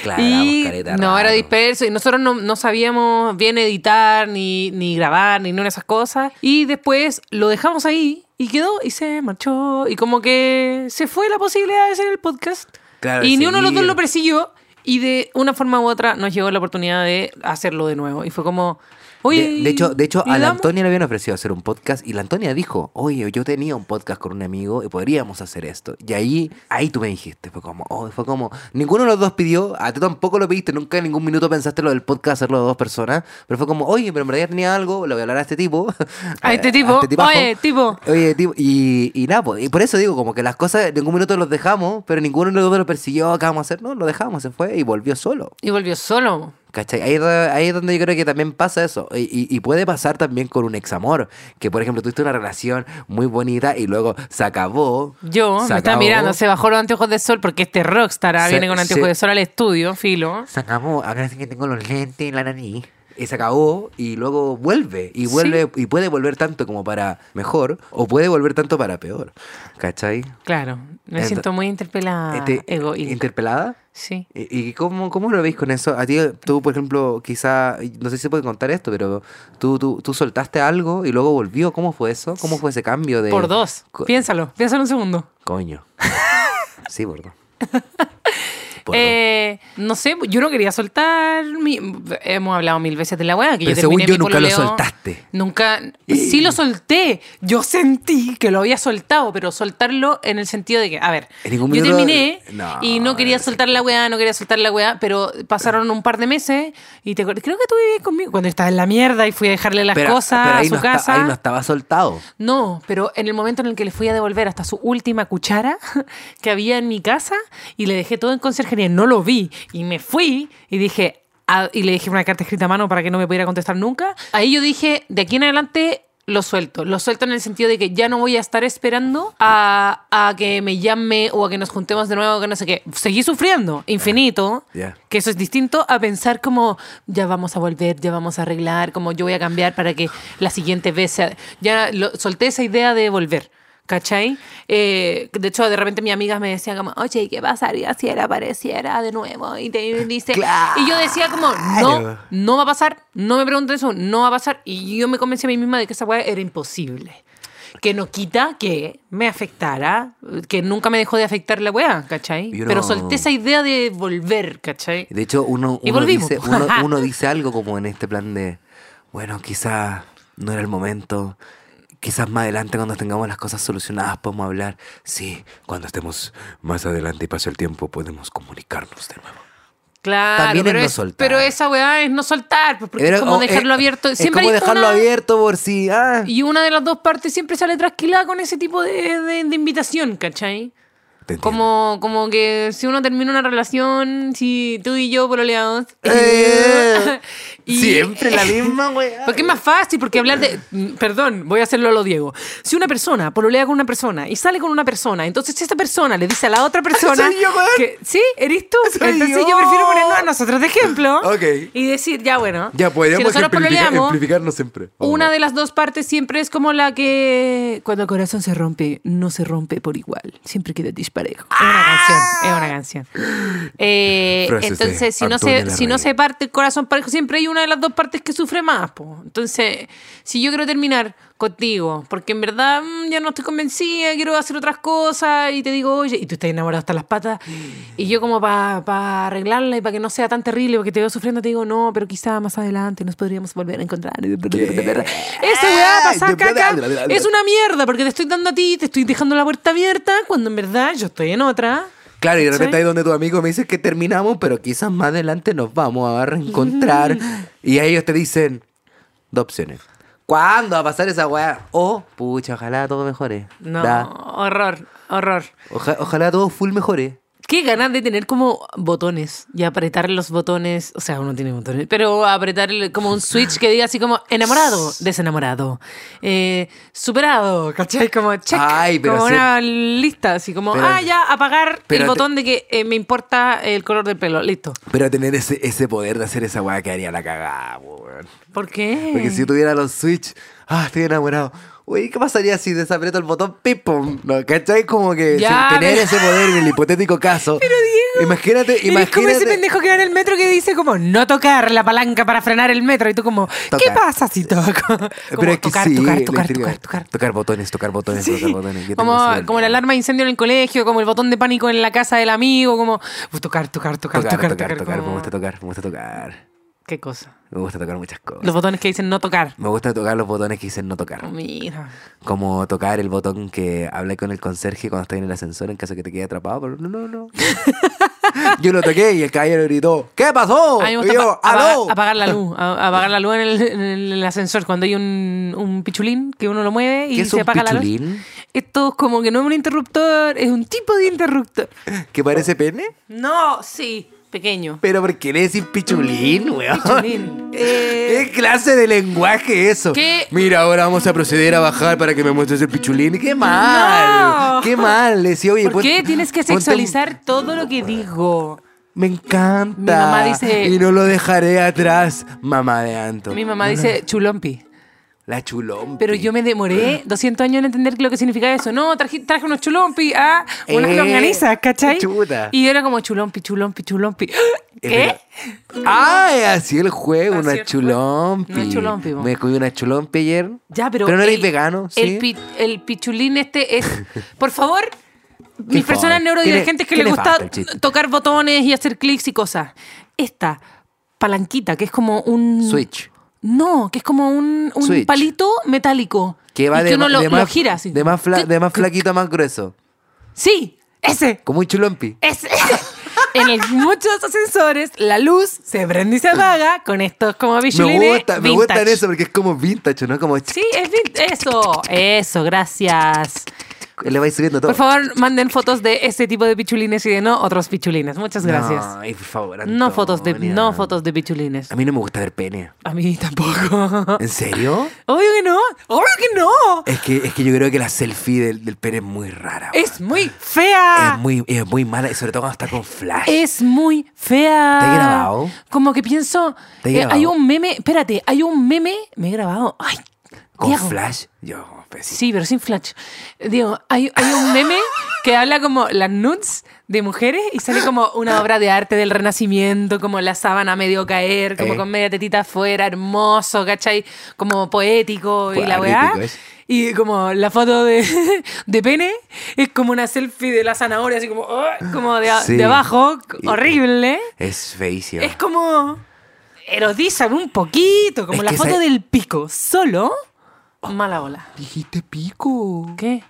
Claro, hablábamos y caleta no, era rato. disperso. Y nosotros no, no sabíamos bien editar, ni, ni grabar, ni ninguna de esas cosas. Y después lo dejamos ahí y quedó y se marchó. Y como que se fue la posibilidad de hacer el podcast. Claro, y de ni uno de los dos seguir. lo persiguió. Y de una forma u otra nos llegó la oportunidad de hacerlo de nuevo. Y fue como, oye. de, de hecho, de hecho ¿y a le la damos? Antonia le habían ofrecido hacer un podcast y la Antonia dijo, oye, yo tenía un podcast con un amigo y podríamos hacer esto. Y ahí, ahí tú me dijiste, fue como, oh, fue como, ninguno de los dos pidió, a ti tampoco lo pediste, nunca en ningún minuto pensaste lo del podcast hacerlo de dos personas, pero fue como, oye, pero en verdad ya tenía algo, le voy a hablar a este tipo. A este tipo, tipazo. oye, tipo. Oye, tipo, y, y nada, po, y por eso digo, como que las cosas, en ningún minuto los dejamos, pero ninguno de los dos lo persiguió, ¿qué vamos a hacer? No, lo dejamos, se fue y volvió solo. Y volvió solo. ¿Cachai? Ahí, es do- ahí es donde yo creo que también pasa eso. Y, y- y puede pasar también con un examor. Que, por ejemplo, tuviste una relación muy bonita y luego se acabó. Yo, se me está acabó, mirando, se bajó los anteojos de sol porque este rockstar ah, Se- viene con anteojos se- de sol al estudio, filo. Se acabó. Ahora sí que tengo los lentes en la nariz. Y se acabó y luego vuelve. Y vuelve y puede volver tanto como para mejor o puede volver tanto para peor. ¿Cachai? Claro, me Ento- siento muy interpelada. Este, Ego, y- ¿Interpelada? sí. ¿Y y cómo, cómo lo veis con eso? A ti, tú, por ejemplo, quizá, no sé si se puede contar esto, pero tú, tú, tú soltaste algo y luego volvió. ¿Cómo fue eso? ¿Cómo fue ese cambio de...? Por dos. Co- Piénsalo, piénsalo un segundo. Coño. Sí, por dos. Por Eh, no sé, yo no quería soltar. mi- hemos hablado mil veces de la weá. Que Pero yo según terminé yo mi nunca lo pololeo. soltaste. Nunca. Sí lo solté. Yo sentí que lo había soltado, pero soltarlo en el sentido de que, a ver, En ningún yo minuto- terminé No, y no no quería sé. soltar la weá, no quería soltar la weá, pero pasaron un par de meses y te acuerdas- creo que tú vivías conmigo cuando estaba en la mierda y fui a dejarle las Pero- cosas pero a ahí su no está- casa. ahí no estaba soltado. No, pero en el momento en el que le fui a devolver hasta su última cuchara que había en mi casa y le dejé todo en conserjería, no lo vi y me fui y dije a- y le dejé una carta escrita a mano para que no me pudiera contestar nunca. Ahí yo dije, de aquí en adelante lo suelto, lo suelto en el sentido de que ya no voy a estar esperando a, a que me llame o a que nos juntemos de nuevo, que no sé qué. Seguí sufriendo infinito, Ya. que eso es distinto a pensar como ya vamos a volver, ya vamos a arreglar, como yo voy a cambiar para que la siguiente vez sea... Ya lo- solté esa idea de volver, ¿cachai? Eh, de hecho, de repente mis amigas me decían como, oye, ¿y qué pasaría si él apareciera de nuevo? Y te dice... Claro. Y yo decía como, no, no va a pasar, no me pregunten eso, no va a pasar. Y yo me convencí a mí misma de que esa weá era imposible. Que no quita que me afectara, que nunca me dejó de afectar la weá, ¿cachai? Yo Pero no- solté esa idea de volver, ¿cachai? De hecho, uno, Y uno, volvimos. dice, uno, uno dice algo como en este plan de, bueno, quizás no era el momento, quizás más adelante cuando tengamos las cosas solucionadas podemos hablar. Sí, cuando estemos más adelante y pase el tiempo podemos comunicarnos de nuevo. Claro, También es pero, no es- soltar. pero esa weá es no soltar, pues, porque Era- es como o- dejarlo eh, abierto. Es Siempre como hay dejarlo una- abierto por si. Ah, Y una de las dos partes siempre sale trasquilada con ese tipo de, de- de invitación, ¿cachai? te entiendo. Como, como que si uno termina una relación, si tú y yo pololeamos. Eh, Y- Siempre la misma, güey. Porque es más fácil, porque hablar de. Mm, Perdón, voy a hacerlo a lo Diego. Si una persona pololea con una persona y sale con una persona, entonces esta persona le dice a la otra persona. Soy yo, weón. que, Sí, eres tú. Soy entonces yo. yo. prefiero ponernos a nosotros de ejemplo. Ok. Y decir, ya bueno. Ya podríamos si nosotros ejemplifica- pololeamos, ejemplificarnos siempre. una de las dos partes siempre es como la que cuando el corazón se rompe, no se rompe por igual, siempre queda disparejo. ¡Ah! Es una canción, es una canción. Eh, Frases de entonces, si no, Antonio se, si no Larraín. se parte el corazón parejo, siempre hay una de las dos partes que sufre más. po. Entonces, si yo quiero terminar contigo, porque en verdad mm, ya no estoy convencida, quiero hacer otras cosas, y te digo, oye, y tú estás enamorado hasta las patas, y yo como para arreglarla y para que no sea tan terrible, porque te veo sufriendo, te digo, no, pero quizá más adelante nos podríamos volver a encontrar. Esa weá pasar caca es una mierda porque te estoy dando a ti, te estoy dejando la puerta abierta cuando en verdad yo estoy en otra. Claro, y de repente ¿Cachai? ahí donde tu amigo me dice que terminamos, pero quizás más adelante nos vamos a reencontrar. y ellos te dicen dos opciones. ¿Cuándo va a pasar esa weá? O, pucha, ojalá todo mejore. No, Da. horror, horror. Oja- ojalá todo full mejore. Qué ganas de tener como botones y apretar los botones. O sea, uno tiene botones, pero apretar el- como un switch que diga así como enamorado, desenamorado, eh, superado, ¿cachai? Como check. Ay, pero como se- una lista, así como, Pero- ah, ya, apagar pero el te- botón de que eh, me importa el color del pelo. Listo. Pero tener ese, ese poder de hacer esa weá que haría la cagada, weón. ¿Por qué? Porque si yo tuviera los Switch, ah, estoy enamorado. Uy, ¿qué pasaría si desaprieto el botón pip, pum? ¿No? ¿Cachai? Como que Ya, sin tener pero- ese poder en el hipotético caso. Pero Diego, imagínate, Es como ese imagínate. pendejo que va en el metro que dice como no tocar la palanca para frenar el metro y tú como ¿qué Tocar. pasa si toco? Como Eh, Pero es que tocar, sí, tocar, la tocar, intriga. tocar, tocar. Tocar botones, tocar botones, tocar botones. Yo tengo Como, ese poder. como la alarma de incendio en el colegio, como el botón de pánico en la casa del amigo, como uh, tocar, tocar, tocar, Tocar, tocar, tocar, tocar. tocar, como- Me gusta tocar, me gusta tocar. ¿Qué cosa? Me gusta tocar muchas cosas. Los Mm. botones que dicen no tocar. Me gusta tocar los botones que dicen no tocar. Mira. Como tocar el botón que hablé con el conserje cuando estás en el ascensor en caso que te quede atrapado. Pero no, no, no. yo lo toqué y el caballero gritó: ¿Qué pasó? A mí me Y gusta yo, apa- apagar, Oh, "Aló". apagar la luz, a- apagar la luz en el, en el ascensor cuando hay un, un pichulín que uno lo mueve y ¿Qué es se un apaga la luz. pichulín? Esto es como que no es un interruptor, es un tipo de interruptor. ¿Que parece pene? No, sí, pequeño. ¿Pero por qué le decís pichulín, weón? Mm, Pichulín. Eh, ¿Qué clase de lenguaje eso? ¿Qué? Mira, ahora vamos a proceder a bajar para que me muestres el pichulín. ¡Qué mal! No. ¡Qué mal! Le decía, oye, ¿Por pon- qué tienes que ponte un- sexualizar todo lo que digo? Me encanta. Mi mamá dice- Y no lo dejaré atrás, mamá de Anto. Mi mamá dice chulompi. La chulón. Pero yo me Ah. demoré 200 años en entender lo que significaba eso. No, traje, traje unos chulompi, ah, unas Eh, longanizas, ¿cachai? chuta. Eh, Y era como chulompi, chulompi, chulompi. ¿Qué? pero- ¡Ay! Así el juego, Así una el jue- chulompi. Ah, Una chulompi, po. Me comí una chulompi ayer. Ya, pero. no eres el- vegano, ¿sí? El, pi- el pichulín este es. Por favor, mis personas fome. neurodivergentes que Tiene- les tiene gusta falta el chiste. tocar botones y hacer clics y cosas. Esta palanquita, que es como un. Switch. No, que es como un, un Switch. palito metálico. Que va y de, que uno ma- lo, de lo más, gira así. De más, fla- Clic. de más flaquito a más grueso. Sí, ese. Como un chulompi. ese. En el- muchos ascensores, la luz se prende y se apaga con estos como Me pichulines. gusta, me gusta vintage. eso porque es como vintage, ¿no? Como ch- Sí, es vintage. Eso, eso, gracias. le vais subiendo todo. Por favor, manden fotos de este tipo de pichulines y de no otros pichulines. Muchas gracias. Ay, por favor, No, fotos de Antonia. no fotos de pichulines. A mí no me gusta ver pene. A mí tampoco. ¿En serio? Obvio que no. Obvio que no. Es que, es que yo creo que la selfie del, del pene es muy rara. weón. Es muy fea. Es muy, es muy mala, y sobre todo cuando está con flash. Es muy fea. ¿Te he grabado? Como que pienso, ¿Te he eh, grabado? hay un meme, espérate, hay un meme, me he grabado. Ay, con Diego. flash. Yo, pues, sí. Sí, pero sin flash. Digo, hay, hay un meme que habla como las nudes de mujeres y sale como una obra de arte del renacimiento, como la sábana a medio caer, como Eh. con media tetita afuera, hermoso, ¿cachai? Como poético y la weá. Poético es. Y como la foto de, de pene es como una selfie de la zanahoria, así como, ah, como de, a- Sí. de abajo, Y- horrible. Es feísimo. Es como. Erotizan un poquito, como Es la que foto esa- del pico. Solo. Mala bola. Dijiste pico. ¿Qué?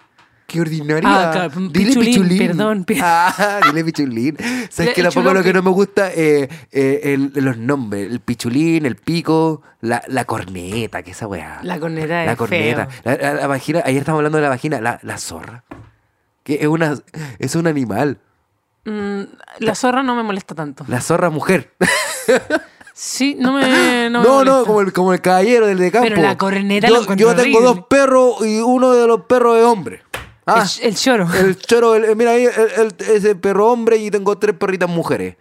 Qué ordinaria. Ah, claro, p- pichulín, perdón, pi- Ah, dile pichulín. ¿Sabes Le- que la poco lo chulompi. que no me gusta? Eh, eh, el- los nombres. El pichulín, el pico, la, la corneta, que esa weá. La corneta La es corneta. feo. La, la- la vagina, ayer estábamos hablando de la vagina, la, la zorra. Que es una es un animal. Mm, la zorra no me molesta tanto. La zorra mujer. Sí, no me. No, No, no, me molesta. como el, como el caballero del de campo. Pero la corneta la Yo, encuentro yo tengo horrible. dos perros y uno de los perros es hombre. Ah, El- el choro. El choro, el- mira ahí, el, el- ese perro hombre y tengo tres perritas mujeres.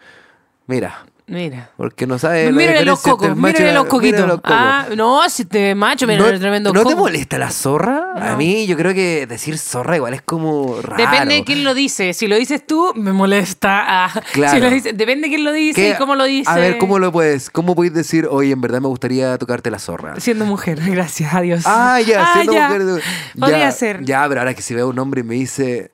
Mira, Mira. porque no sabes. eh, la Mírale los diferencia entre cocos, el macho y mírale la- los coquitos. mírale los cocos. Ah, no, si te macho, mira, el tremendo ¿no te coco. molesta la zorra? A No. mí yo creo que decir zorra igual es como raro. Depende de quién lo dice. Si lo dices tú, me molesta. Ah, Claro. si lo dice- depende de quién lo dice ¿Qué- y cómo lo dice. A ver, ¿cómo lo puedes? ¿Cómo puedes decir, oye, en verdad me gustaría tocarte la zorra? Siendo mujer, gracias, adiós. Ah, ya, siendo ya. mujer. ya, Podría ser. Ya, pero ahora que si veo un hombre y me dice.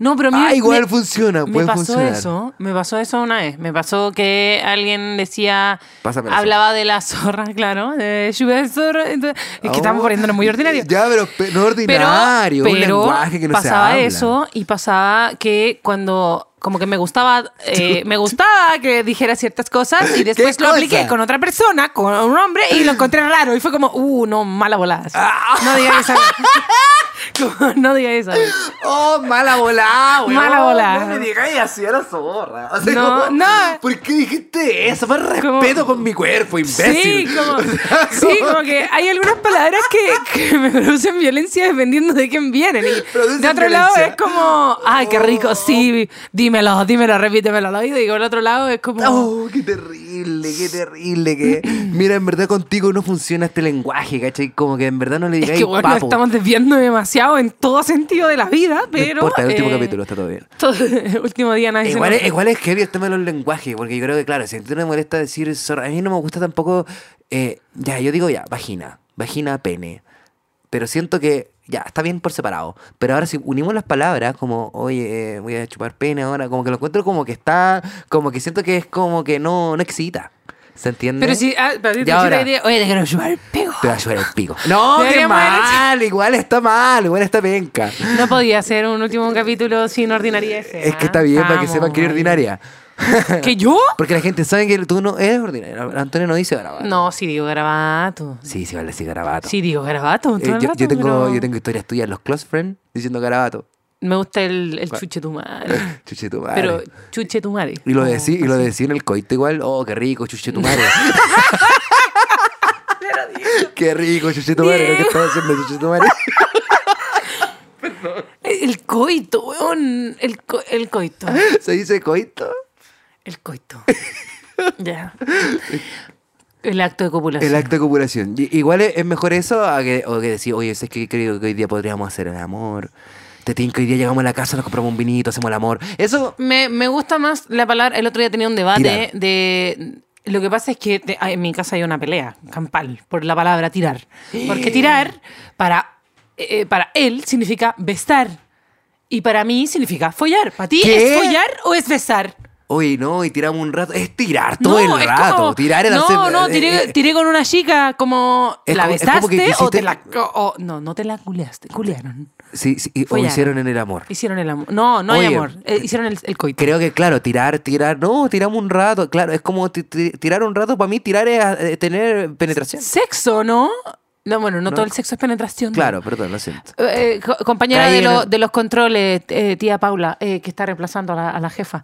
No, pero a mí Ah, me- igual funciona, Me puede pasó funcionar. eso, me pasó eso una vez. Me pasó que alguien decía, Pásame la hablaba de la zorra, claro, de lluvia de zorra. entonces- es que estamos "Oh, poniéndonos muy ordinarios. Ya, pero pe- no ordinario, un lenguaje que no se pasaba habla. eso y pasaba que cuando como que me gustaba eh, me gustaba que dijera ciertas cosas y después ¿Qué lo cosa? apliqué con otra persona con un hombre y lo encontré raro y fue como uh no mala volada así. no diga esa Como, no diga esa Oh, mala volá, weón. Mala volá. Oh, No me digas así a la zorra. O sea, No, como, no. ¿Por qué dijiste eso? Más Como- respeto con mi cuerpo, Sí imbécil. como, O sea, sí, como que hay algunas palabras que, que me producen violencia dependiendo de quién vienen. Y Producen de otro lado violencia. Oh. es como, ay, qué rico, sí, dímelo, dímelo, repítemelo al oído. Y por el otro lado es como, Oh, qué terrible, qué terrible que. Mira, en verdad contigo no funciona este lenguaje, ¿cachai? Como que en verdad no le Es digáis que bueno, papo. estamos desviando demasiado en todo sentido de la vida, pero. No importa, el último eh, capítulo está todo bien. todo- el último día nadie se Igual es, enoja. igual es heavy el tema de los lenguajes, porque yo creo que, claro, si a ti te molesta decir zorra, a mí no me gusta tampoco. eh, ya, yo digo ya, vagina, vagina, pene. Pero siento que ya, está bien por separado. Pero ahora si unimos las palabras, como, oye, eh, voy a chupar pene ahora, como que lo encuentro como que está, como que siento que es como que no, no excita. ¿Se entiende? Pero si. Ah, pero a ti Y te hiciste ahora- la idea, oye, te quiero llevar el pego. Te va a llorar el pico. No, qué Deberíamos haber hecho- mal, igual está mal, igual está penca. No podía hacer un último capítulo sin ordinariedad. Es que está bien para que sepan que eres ordinaria. ¿Que yo? Porque la gente sabe que tú no eres ordinaria. Antonio no dice garabato. No, sí digo garabato. Sí, sí, vale, sí, garabato. Sí digo garabato. todo Eh, el yo, rato, yo tengo, pero yo tengo historias tuyas en los close friends diciendo garabato. Me gusta el, el chuche tu madre. Chuche tu madre. Pero oh, chuche tu madre. y lo decí, y lo decí en el coito igual. Oh, qué rico, chuche tu madre. qué rico, chuche tu madre. Lo que estaba haciendo, chuche tu madre. Oh. El coito, weón. El, co- el coito. ¿Se dice coito? El coito. ya. El acto de copulación. El acto de copulación. Y- Igual es es mejor eso a que, o que decir, oye, ¿sabes qué creo que hoy día podríamos hacer el amor? Te tienen que hoy día llegamos a la casa, nos compramos un vinito, hacemos el amor. Eso. Me, me gusta más la palabra. El otro día tenía un debate Tirar. de. Lo que pasa es que te- ah, en mi casa hay una pelea campal por la palabra tirar. Porque tirar para, eh, para él significa besar. Y para mí significa follar. ¿Para ti ¿Qué? es follar o es besar? Oye, no, y tiramos un rato. Es tirar todo el es rato. como- tirar el No, hacer- no, eh, tiré, eh, tiré con una chica como. Es ¿La como- es como besaste que o quisiste- te la.? o- o- no, no te la culeaste. Culearon. sí, sí, y- o follaron. hicieron en el amor. Hicieron el amor. No, no hay Oye, amor. Eh, hicieron el, el coito. Creo que, claro, tirar, tirar. No, tiramos un rato. Claro, es como ti- ti- tirar un rato. Para mí, tirar es eh, tener penetración. sexo, ¿no? No, bueno, no, todo el sexo es penetración. ¿no? Claro, perdón, lo siento. Eh, co- compañera Caí de, en lo- el- de los controles, eh, tía Paula, eh, que está reemplazando a la, a la jefa.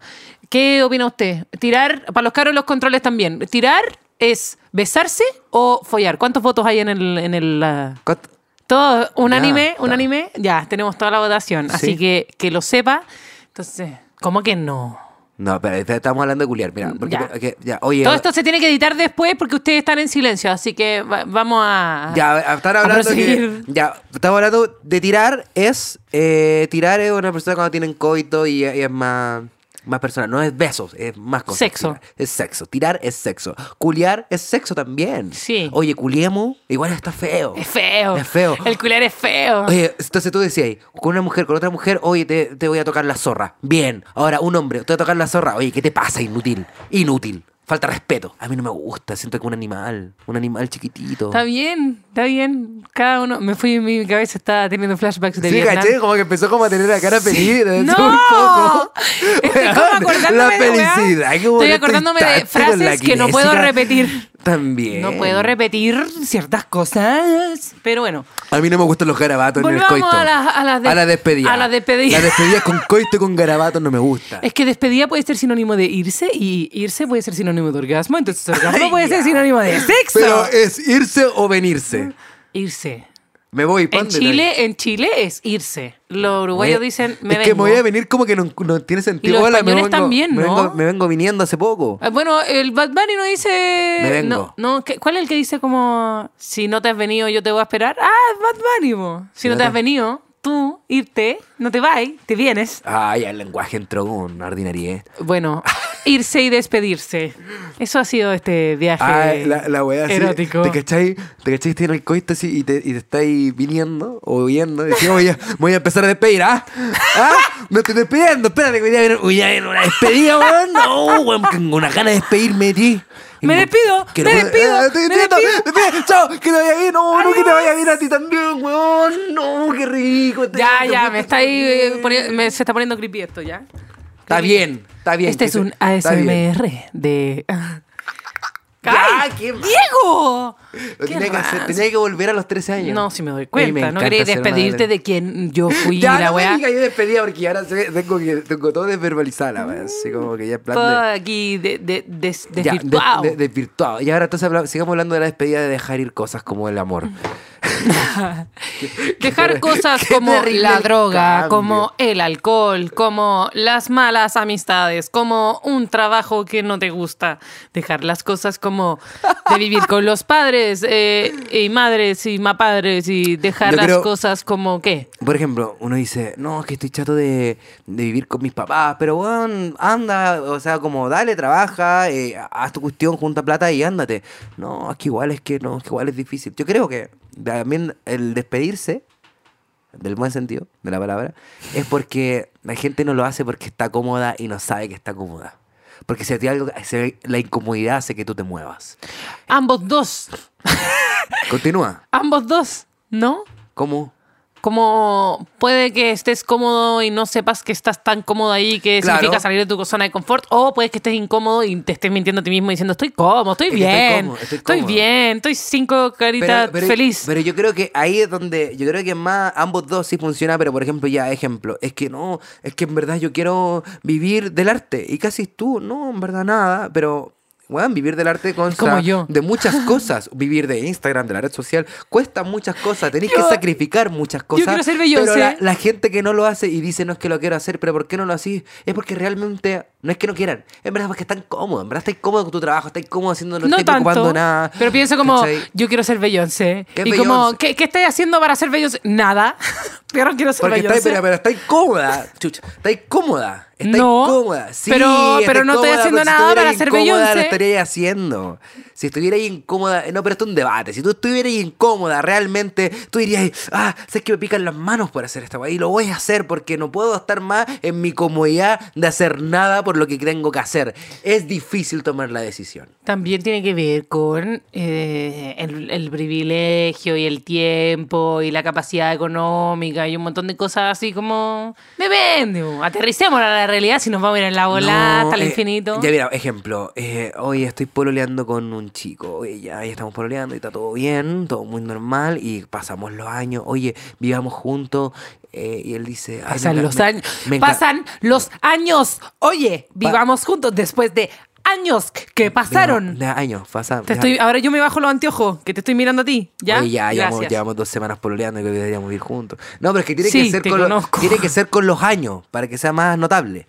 ¿Qué opina usted? Tirar, para los caros los controles también, ¿tirar es besarse o follar? ¿Cuántos votos hay en el... En el ah? ¿Cuánto? todo unánime, Ya, ya. unánime, ya, tenemos toda la votación. Sí. Así que que lo sepa. Entonces, ¿cómo que no? No, pero este- estamos hablando de culiar. Mira, porque. Ya. que- ya, oye. Todo esto se tiene que editar después porque ustedes están en silencio, así que va- vamos a... Ya, a- estar a hablando que, proseguir. ya, estamos hablando de tirar es eh, tirar es una persona cuando tienen coito y, y es más más personal, no es besos, es más cosas. Sexo. Tirar Es sexo, tirar es sexo, culiar es sexo también. Sí. Oye, culiemos, igual está feo. Es feo. Es feo. El culiar es feo. Oye, entonces tú decías, con una mujer, con otra mujer, oye, te, te voy a tocar la zorra. Bien. Ahora, un hombre, te voy a tocar la zorra. Oye, ¿qué te pasa, inútil? Inútil. Falta respeto. A mí no me gusta. Siento que un animal, un animal chiquitito. Está bien, está bien. Cada uno. Me fui, mi cabeza está teniendo flashbacks de Sí, Vietnam. caché, como que empezó como a tener la cara feliz. ¿eh? ¡No! Un poco. Estoy como Weón, acordándome la de weá. felicidad. qué Estoy bonito acordándome de instante con la frases que no puedo kinésica. repetir. También. No puedo repetir ciertas cosas. Pero bueno. A mí no me gustan los garabatos en el Volvamos coito. a las- a las de- a las despedidas. a las despedidas. Las despedidas con coito y con garabatos no me gusta. Es que despedida puede ser sinónimo de irse y irse puede ser sinónimo de orgasmo, entonces orgasmo Ay, puede ser ya. sinónimo de sexo. Pero es irse o venirse. Irse. Me voy. ¿pa' En dónde Chile, en Chile es irse. Los te voy? uruguayos dicen me es vengo. que me voy a venir como que no, no tiene sentido. Y los Hola, me españoles vengo, también, me ¿no? vengo- me vengo viniendo hace poco. Ah, Bueno, el Bad Bunny no dice. Me vengo. No, no, ¿qué- ¿cuál es el que dice como si no te has venido yo te voy a esperar? Ah, es Bad Bunny. mo. Si no te has venido, tú irte, no te vas, te vienes. Ay, Ah, el lenguaje entró con ordinariedad. Bueno, irse y despedirse. Eso ha sido este viaje Ay, Ah, la, la wea así. erótico. ¿Te cachai? ¿Te cachai? Estás en el coito así y te, y te estáis viniendo o huyendo. Y decís, "Oye, voy a, empezar a despedir, ¿ah? ¿Ah? Me estoy despidiendo. Espérate, que hoy día viene- hoy día viene una despedida, weón. No, weón, tengo una ganas de despedirme de ti. Me despido, Que me puedo- despido, Ah, te- me te- despido. te- te- Chao, que te vaya bien. No, no, que te vaya bien a ti también, weón. No, qué rico. este te- Ya, te- ya, me está ahí, eh, poni- me- se está poniendo creepy esto, ¿ya? Está bien, está bien. Este que es se- un está bien. ASMR de... Ya, ¡Ay, qué mal. ¡Diego! Lo Qué tenía que, hacer, ras- tenía que volver a los 13 años. No, si me doy Oye, me cuenta. no encanta quería ser una despedirte adolescente. de quien yo fui, Ya, la no weá. me diga yo despedida porque ahora se- tengo, que, tengo todo desverbalizado, la weá. Así como que ya en Todo plan aquí de, de, des- de... ya, de- desvirtuado. de- desvirtuado. Y ahora entonces habla- sigamos hablando de la despedida de dejar ir cosas como el amor. Dejar terrible- cosas qué como terrible la el droga, cambio. como el alcohol, como las malas amistades, como un trabajo que no te gusta. Dejar las cosas como de vivir con los padres eh, y madres y mapadres y dejar Yo las creo- cosas como qué. Por ejemplo, uno dice, no, es que estoy chato de, de vivir con mis papás, pero weón, anda, o sea, como dale, trabaja, eh, haz tu cuestión, junta plata y ándate. No, es que igual es que no, es que igual es difícil. Yo creo que también el despedirse, del buen sentido de la palabra, es porque la gente no lo hace porque está cómoda y no sabe que está cómoda. Porque si a ti algo, se- la incomodidad hace que tú te muevas. Ambos dos, Continúa. ambos dos, ¿no? ¿Cómo? Como puede que estés cómodo y no sepas que estás tan cómodo ahí que Claro. significa salir de tu zona de confort, o puede que estés incómodo y te estés mintiendo a ti mismo diciendo estoy cómodo, estoy Es que bien, estoy estoy, cómodo, estoy cómodo". bien, estoy cinco caritas feliz. Pero yo creo que ahí es donde, yo creo que más ambos dos sí funciona, pero por ejemplo, ya ejemplo, es que no, es que en verdad yo quiero vivir del arte. Y casi tú, no, en verdad nada, pero... Weón, vivir del arte consta como yo. de muchas cosas. Vivir de Instagram, de la red social, cuesta muchas cosas. Tenéis que Yo- sacrificar muchas cosas. quiero ser Pero Beyoncé. la, la gente que no lo hace y dice, no es que lo quiero hacer, pero ¿por qué no lo hacís? Es porque realmente, no es que no quieran. En verdad, porque están cómodos. En verdad, estáis cómodos con tu trabajo, estáis cómodos haciendo, no, no estáis tanto, ocupando nada. pero pienso como ¿cachai? yo quiero ser Beyoncé ¿Qué es y como Beyoncé? ¿qué, qué estáis haciendo para ser Beyoncé? Nada, yo no quiero ser Porque estáis, Beyoncé. pero, pero estáis cómoda, chucha. Estáis cómoda. Estáis No, cómoda. Sí, pero- estáis pero no estoy cómoda, haciendo pero si nada estuvierais para ser incómoda, Beyoncé. Lo estaríais haciendo. Si estuvierais incómoda. No, pero esto es un debate. Si tú estuvieras incómoda realmente, tú dirías, ah, sé que me pican las manos por hacer esta weá. Y lo voy a hacer porque no puedo estar más en mi comodidad de hacer nada por lo que tengo que hacer. Es difícil tomar la decisión. También tiene que ver con eh, el, el privilegio y el tiempo y la capacidad económica y un montón de cosas así como... Depende, bo. aterricemos a la realidad si nos vamos a ir en la bola No, hasta el eh, infinito. Ya, mira, ejemplo. eh, hoy estoy pololeando con un chico. Oye, ya, ya estamos pololeando y está todo bien, todo muy normal. Y pasamos los años. Oye, vivamos juntos. eh, y él dice... "Ay, me Pasan enca- los me- años. me enca- Pasan los años. Oye, vivamos juntos después de años que pasaron. Vivamos- de años, pasaron. Te estoy, ahora yo me bajo los anteojos, que te estoy mirando a ti. ¿Ya? Oye, ya llevamos, Gracias. llevamos dos semanas pololeando y creo que deberíamos ir juntos. No, pero es que tiene, Sí, que, ser te con los, conozco. tiene que ser con los años para que sea más notable.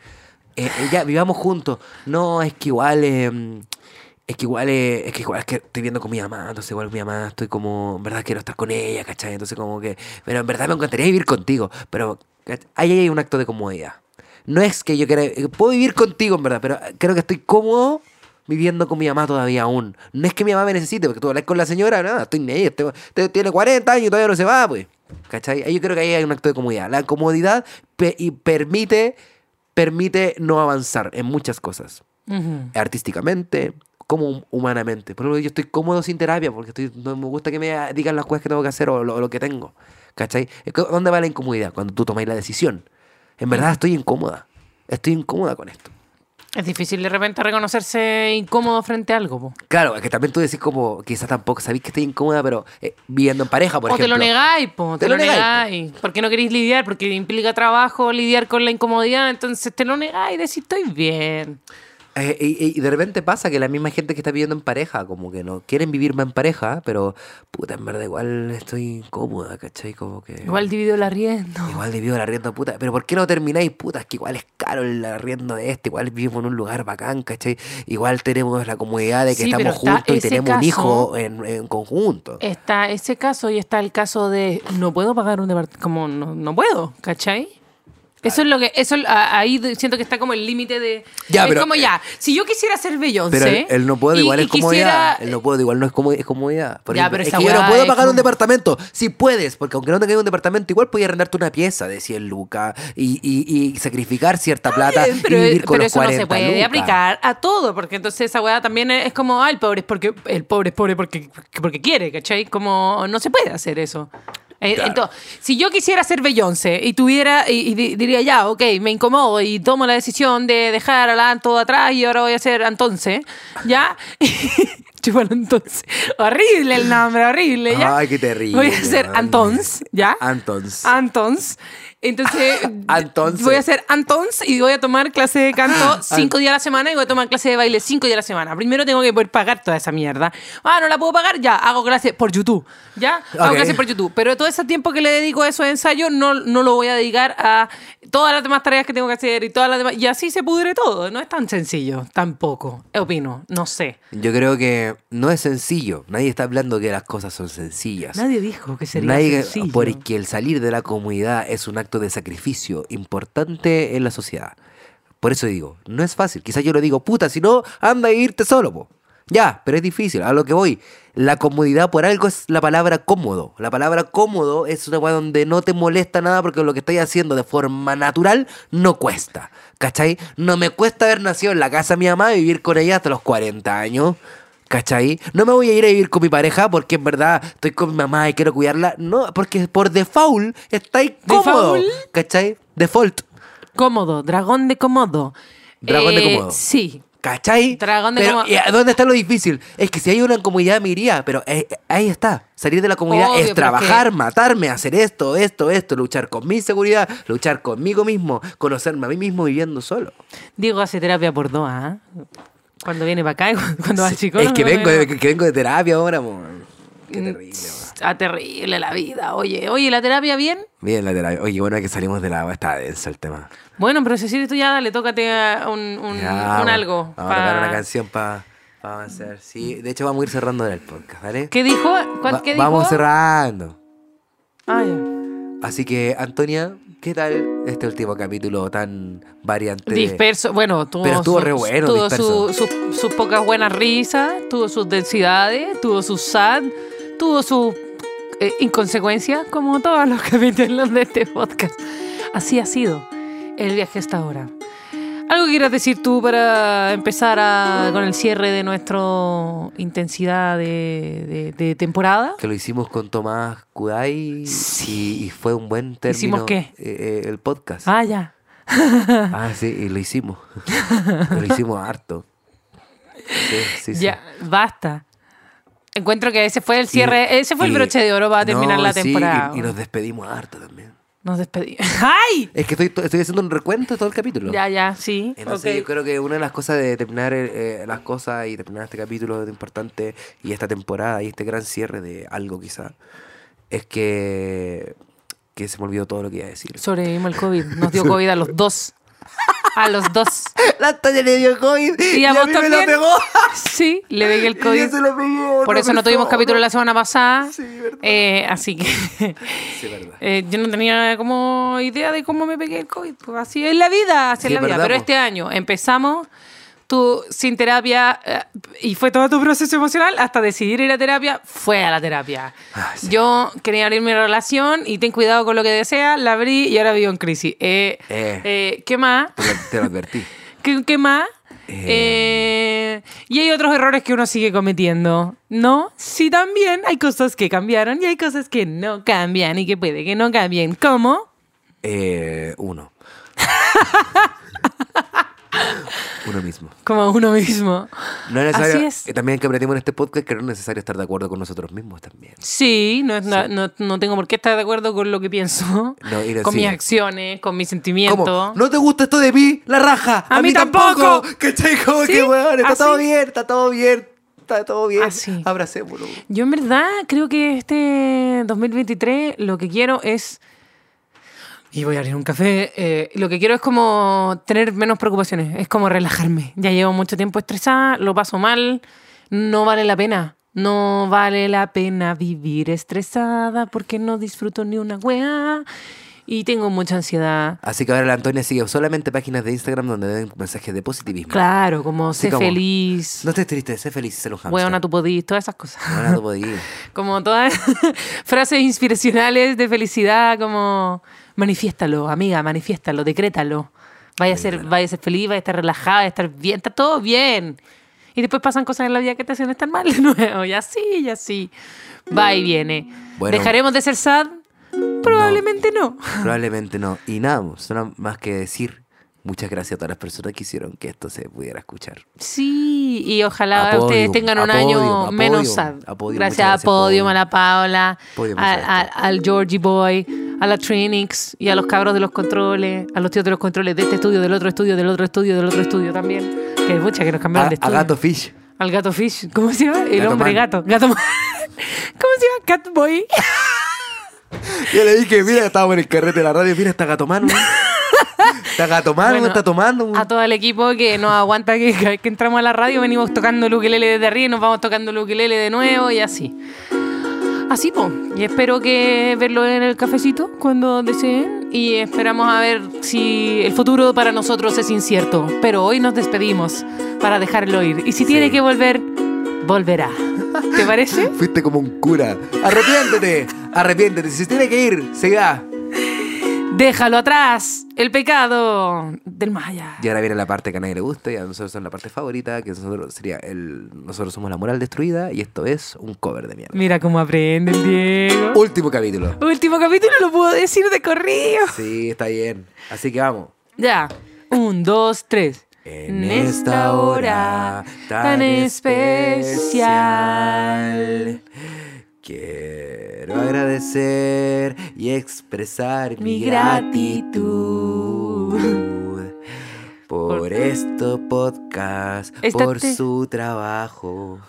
Eh, eh, ya, vivamos juntos. No, es que igual. eh, es que igual eh, es que igual es que estoy viendo con mi mamá, entonces igual mi mamá estoy como, en verdad quiero estar con ella, ¿cachai? Entonces como que, pero en verdad me encantaría vivir contigo, pero ¿cachai? ahí hay un acto de comodidad. No es que yo quiera, eh, puedo vivir contigo en verdad, pero creo que estoy cómodo viviendo con mi mamá todavía aún. No es que mi mamá me necesite, porque tú hablas con la señora, nada, estoy ni ahí, este- este tiene 40 años y todavía no se va, pues. ¿Cachai? Ahí yo creo que ahí hay un acto de comodidad. La comodidad pe- y permite permite no avanzar en muchas cosas. Ujú. Artísticamente, como hum- humanamente. Por ejemplo, yo estoy cómodo sin terapia porque estoy, no me gusta que me digan las cosas que tengo que hacer o lo, lo que tengo. ¿Cachai? Es que, ¿Dónde va la incomodidad? Cuando tú tomáis la decisión. En verdad estoy incómoda. Estoy incómoda con esto. Es difícil de repente reconocerse incómodo frente a algo. po. Claro, es que también tú decís como, quizás tampoco sabéis que estoy incómoda, pero eh, viviendo en pareja, por o ejemplo. te lo negáis, po, te, lo negáis. Porque no queréis lidiar, porque implica trabajo lidiar con la incomodidad, entonces te lo negáis y decís, estoy bien. Eh, y, y de repente pasa que la misma gente que está viviendo en pareja, como que no quieren vivir más en pareja, pero puta, en verdad igual estoy incómoda, ¿cachai? Como que. Igual divido la rienda. Oh. Igual divido la arriendo, puta. Pero ¿por qué no termináis, puta? Es que igual es caro el arriendo de este, igual vivimos en un lugar bacán, ¿cachai? Igual tenemos la comunidad de que Sí, pero estamos está juntos y ese tenemos un caso. hijo en, en conjunto. Está ese caso y está el caso de no puedo pagar un departamento, como no, no puedo, ¿cachai? Eso es lo que, eso a- ahí de- siento que está como el límite de. Ya, es pero- como ya, si yo quisiera ser Beyoncé. Pero el, el no puedo y- igual y es comodidad. quisiera- El no puedo igual no es, como, es comodidad. Por Ya, ejemplo, pero es esa que yo no weá puedo es pagar un como- departamento. Sí puedes, porque aunque no tengas un departamento, igual puedes arrendarte una pieza de 100 lucas y, y, y sacrificar cierta plata Eh, Pero, y vivir con pero los eso no 40 se puede lucas. aplicar a todo, porque entonces esa weá también es como, ah, el pobre es porque, el pobre es pobre porque, porque quiere, ¿cachai? Como no se puede hacer eso. Eh, Claro. Entonces, si yo quisiera ser Beyoncé y tuviera, y, y di- diría ya, ok, me incomodo y tomo la decisión de dejar a la Anto atrás y ahora voy a ser entonces, ¿ya? Chupalo entonces. Horrible el nombre, horrible, ¿ya? Ay, qué terrible. Voy a ser man. Antons, ¿ya? Antons. Antons. Entonces, Antons. voy a ser Antons y voy a tomar clase de canto cinco días a la semana y voy a tomar clase de baile cinco días a la semana. Primero tengo que poder pagar toda esa mierda. Ah, no la puedo pagar, ya, hago clase por YouTube. Ya, hago Ok. clase por YouTube. Pero todo ese tiempo que le dedico a esos ensayos no, no lo voy a dedicar a todas las demás tareas que tengo que hacer y todas las demás. Y así se pudre todo. No es tan sencillo, tampoco. Opino, no sé. Yo creo que no es sencillo. Nadie está hablando que las cosas son sencillas. Nadie dijo que sería Nadie- sencillo. porque el salir de la comunidad es un acto de sacrificio importante en la sociedad. Por eso digo, no es fácil. Quizás yo lo digo, puta, si no, anda a irte solo, po. Ya, pero es difícil, a lo que voy. La comodidad por algo es la palabra cómodo. La palabra cómodo es una weá donde no te molesta nada porque lo que estáis haciendo de forma natural no cuesta. ¿Cachai? No me cuesta haber nacido en la casa de mi mamá y vivir con ella hasta los 40 años. ¿Cachai? No me voy a ir a vivir con mi pareja porque en verdad estoy con mi mamá y quiero cuidarla. No, porque por default estáis cómodo. ¿Default? ¿Cachai? Default. Cómodo, dragón de cómodo. Eh, Dragón de cómodo. Sí, ¿Cachai? Dragón de Pero, como- ¿y a ¿Dónde está lo difícil? Es que si hay una comunidad me iría, pero eh, ahí está. Salir de la comunidad Obvio, pero es es trabajar, matarme, hacer esto, esto, esto, luchar con mi seguridad, luchar conmigo mismo, conocerme a mí mismo viviendo solo. Diego hace terapia por dos, ¿ah? Cuando viene para acá, y cu- cuando va al Sí, chico. es que vengo, de, que vengo de terapia ahora, amor. Mm. Qué terrible. amor. Ah, terrible la vida. Oye, oye, ¿la terapia bien? Bien la terapia. Oye, bueno, que salimos del agua, está denso el tema. Bueno, pero Cecilia, tú ya dale, tócate ah, un, un, Ya, un va- algo. Vamos a tocar pa- una canción para avanzar. Sí, de hecho vamos a ir cerrando en el podcast, ¿vale? ¿Qué dijo? ¿Cuál- Va- ¿Qué dijo? Vamos cerrando. Ah, ya. Así que, Antonia, ¿qué tal este último capítulo tan variante? de- Disperso. Bueno, tuvo, Este, Pero estuvo su- re bueno, tuvo disperso. su- su- sus pocas buenas risas, tuvo sus densidades, tuvo sus sad, tuvo sus eh, inconsecuencias, como todos los capítulos de este podcast. Así ha sido el viaje hasta ahora. ¿Algo que quieras decir tú para empezar a- con el cierre de nuestra intensidad de, de- de temporada? Que lo hicimos con Tomás Kudai Sí. y, y fue un buen término. ¿Hicimos qué? eh, eh, el podcast. Ah, ya. Ah, sí, y lo hicimos. lo hicimos harto. Sí, sí, sí. Ya, basta. Encuentro que ese fue el cierre, Y- ese fue el y- broche de oro para terminar no, la sí, y- temporada. y nos despedimos harto también. Nos despedimos. ¡Ay! Es que estoy, estoy haciendo un recuento de todo el capítulo. Ya, ya, sí. Entonces ok. yo creo que una de las cosas de terminar eh, eh, las cosas y terminar este capítulo es importante y esta temporada y este gran cierre de algo quizá es que, que se me olvidó todo lo que iba a decir. Sobrevivimos al COVID. Nos dio COVID a los dos. A los dos. ¡Ah! La talla le dio COVID ¿Y a vos también? Sí, le pegué el COVID. lo pegué. Por eso no tuvimos capítulo la semana pasada. Sí, verdad. Eh, así que Sí, verdad. eh, yo no tenía como idea de cómo me pegué el COVID. Pues así es la vida, Sí, así es la vida. verdad, Pero po. este año empezamos tú sin terapia, eh, y fue todo tu proceso emocional, hasta decidir ir a terapia, fue a la terapia. Ah, sí. Yo quería abrir mi relación y ten cuidado con lo que deseas, la abrí y ahora vivo en crisis. Eh, Eh. eh, ¿Qué más? Te lo, te lo advertí. ¿Qué, qué más? Eh, y hay otros errores que uno sigue cometiendo. No, sí también hay cosas que cambiaron y hay cosas que no cambian y que puede que no cambien. ¿Cómo? Eh, uno. uno mismo. Como uno mismo. No es necesario. Así es. eh, También que aprendimos en este podcast que no es necesario estar de acuerdo con nosotros mismos también. Sí, no, es- no- no- no tengo por qué estar de acuerdo con lo que pienso, No, y no, con sí. mis acciones, con ¿Cómo? mis sentimientos. ¿No te gusta esto de mí? ¡La raja! ¡A mí tampoco! ¿Cachai? Como ¿Sí? que, weón, está ¿Así? todo bien, está todo bien, está todo bien. Así. Abracémoslo. Yo en verdad creo que este 2023 lo que quiero es... Y voy a abrir un café. eh, lo que quiero es como tener menos preocupaciones, es como relajarme. Ya llevo mucho tiempo estresada, lo paso mal, no vale la pena. No vale la pena vivir estresada porque no disfruto ni una weá y tengo mucha ansiedad. Así que ahora la Antonia sigue solamente páginas de Instagram donde den mensajes de positivismo. Claro, como Sí, sé como- feliz, No estés triste, sé feliz, sé un hamster. weona tú podís, todas esas cosas. Weona, tú podías. Como todas frases inspiracionales de felicidad, como manifiéstalo, amiga, manifiéstalo, decrétalo. Vaya a ser, vaya a ser feliz, vaya a estar relajada, vaya a estar bien, está todo bien. Y después pasan cosas en la vida que te hacen estar mal de nuevo, y así, y así. Va y viene. Bueno. ¿Dejaremos de ser sad? Probablemente no. Probablemente no. Y nada, pues, no más que decir muchas gracias a todas las personas que hicieron que esto se pudiera escuchar. Sí, y ojalá A ustedes Podium, tengan a un año Podium, a menos Podium, sad. a Podium, gracias, muchas a gracias, Podium, Podium. a la Paola, Podium, al, muchas gracias. al- al Georgie Boy, a la Trinix y a los cabros de los controles, a los tíos de los controles de este estudio, del otro estudio, del otro estudio, del otro estudio también. Que hay muchas que nos A, cambiaron de a estudio. Gato Fish. Al gato Fish. ¿Cómo se llama? El Gato hombre Man. gato. Gato Man. ¿Cómo se llama? Cat Boy. Yo le dije, mira, estaba en el carrete de la radio, mira, está Gato Man. weón. Está Gato Man, Bueno, weón, está tomando. weón. A todo el equipo que nos aguanta que cada vez que entramos a la radio venimos tocando el ukelele desde arriba y nos vamos tocando el ukelele de nuevo y así. Así po. Y espero que verlo en el cafecito cuando deseen. Y esperamos a ver si el futuro para nosotros es incierto. Pero hoy nos despedimos para dejarlo ir. Y si tiene Sí. que volver, volverá. ¿Te parece? Fuiste como un cura. Arrepiéntete, arrepiéntete. Si se tiene que ir, se irá. Déjalo atrás. El pecado del más allá. Y ahora viene la parte que a nadie le gusta y a nosotros son la parte favorita, que nosotros sería el nosotros somos la moral destruida y esto es un cover de mierda. Mira cómo aprende el Diego. Último capítulo. Último capítulo lo puedo decir de corrido. Sí, está bien. Así que vamos. Ya. Un, dos, tres. En esta hora tan especial, quiero agradecer y expresar mi Mi gratitud. gratitud por este podcast, Esta por te- su trabajo.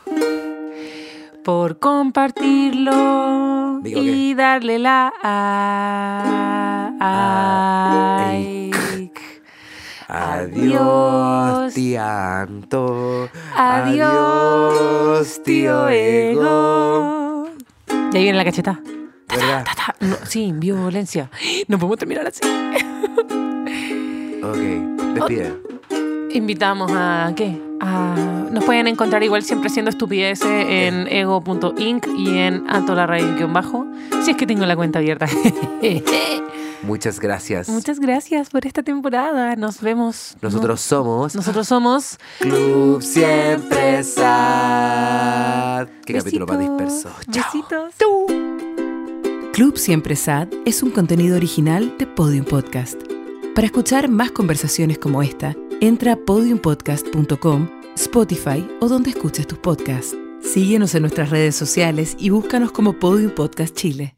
Por compartirlo Digo y darle la Ah, like. Adiós. Adiós, tianto. Adiós, tío Ego. Ego. Y ahí viene la cacheta. ¿Verdad? sin violencia. No podemos terminar así. Ok, despide. Invitamos a qué? A- nos pueden encontrar igual siempre haciendo estupideces en ego.inc y en antolarraín-bajo, si es que tengo la cuenta abierta. Muchas gracias. Muchas gracias por esta temporada. Nos vemos. Nosotros somos No- nosotros somos Club Siempre Sad. Qué capítulo más Besitos. disperso. Chao. Besitos. Club Siempre Sad es un contenido original de Podium Podcast. Para escuchar más conversaciones como esta, entra a podiumpodcast.com, Spotify o donde escuches tus podcasts. Síguenos en nuestras redes sociales y búscanos como Podium Podcast Chile.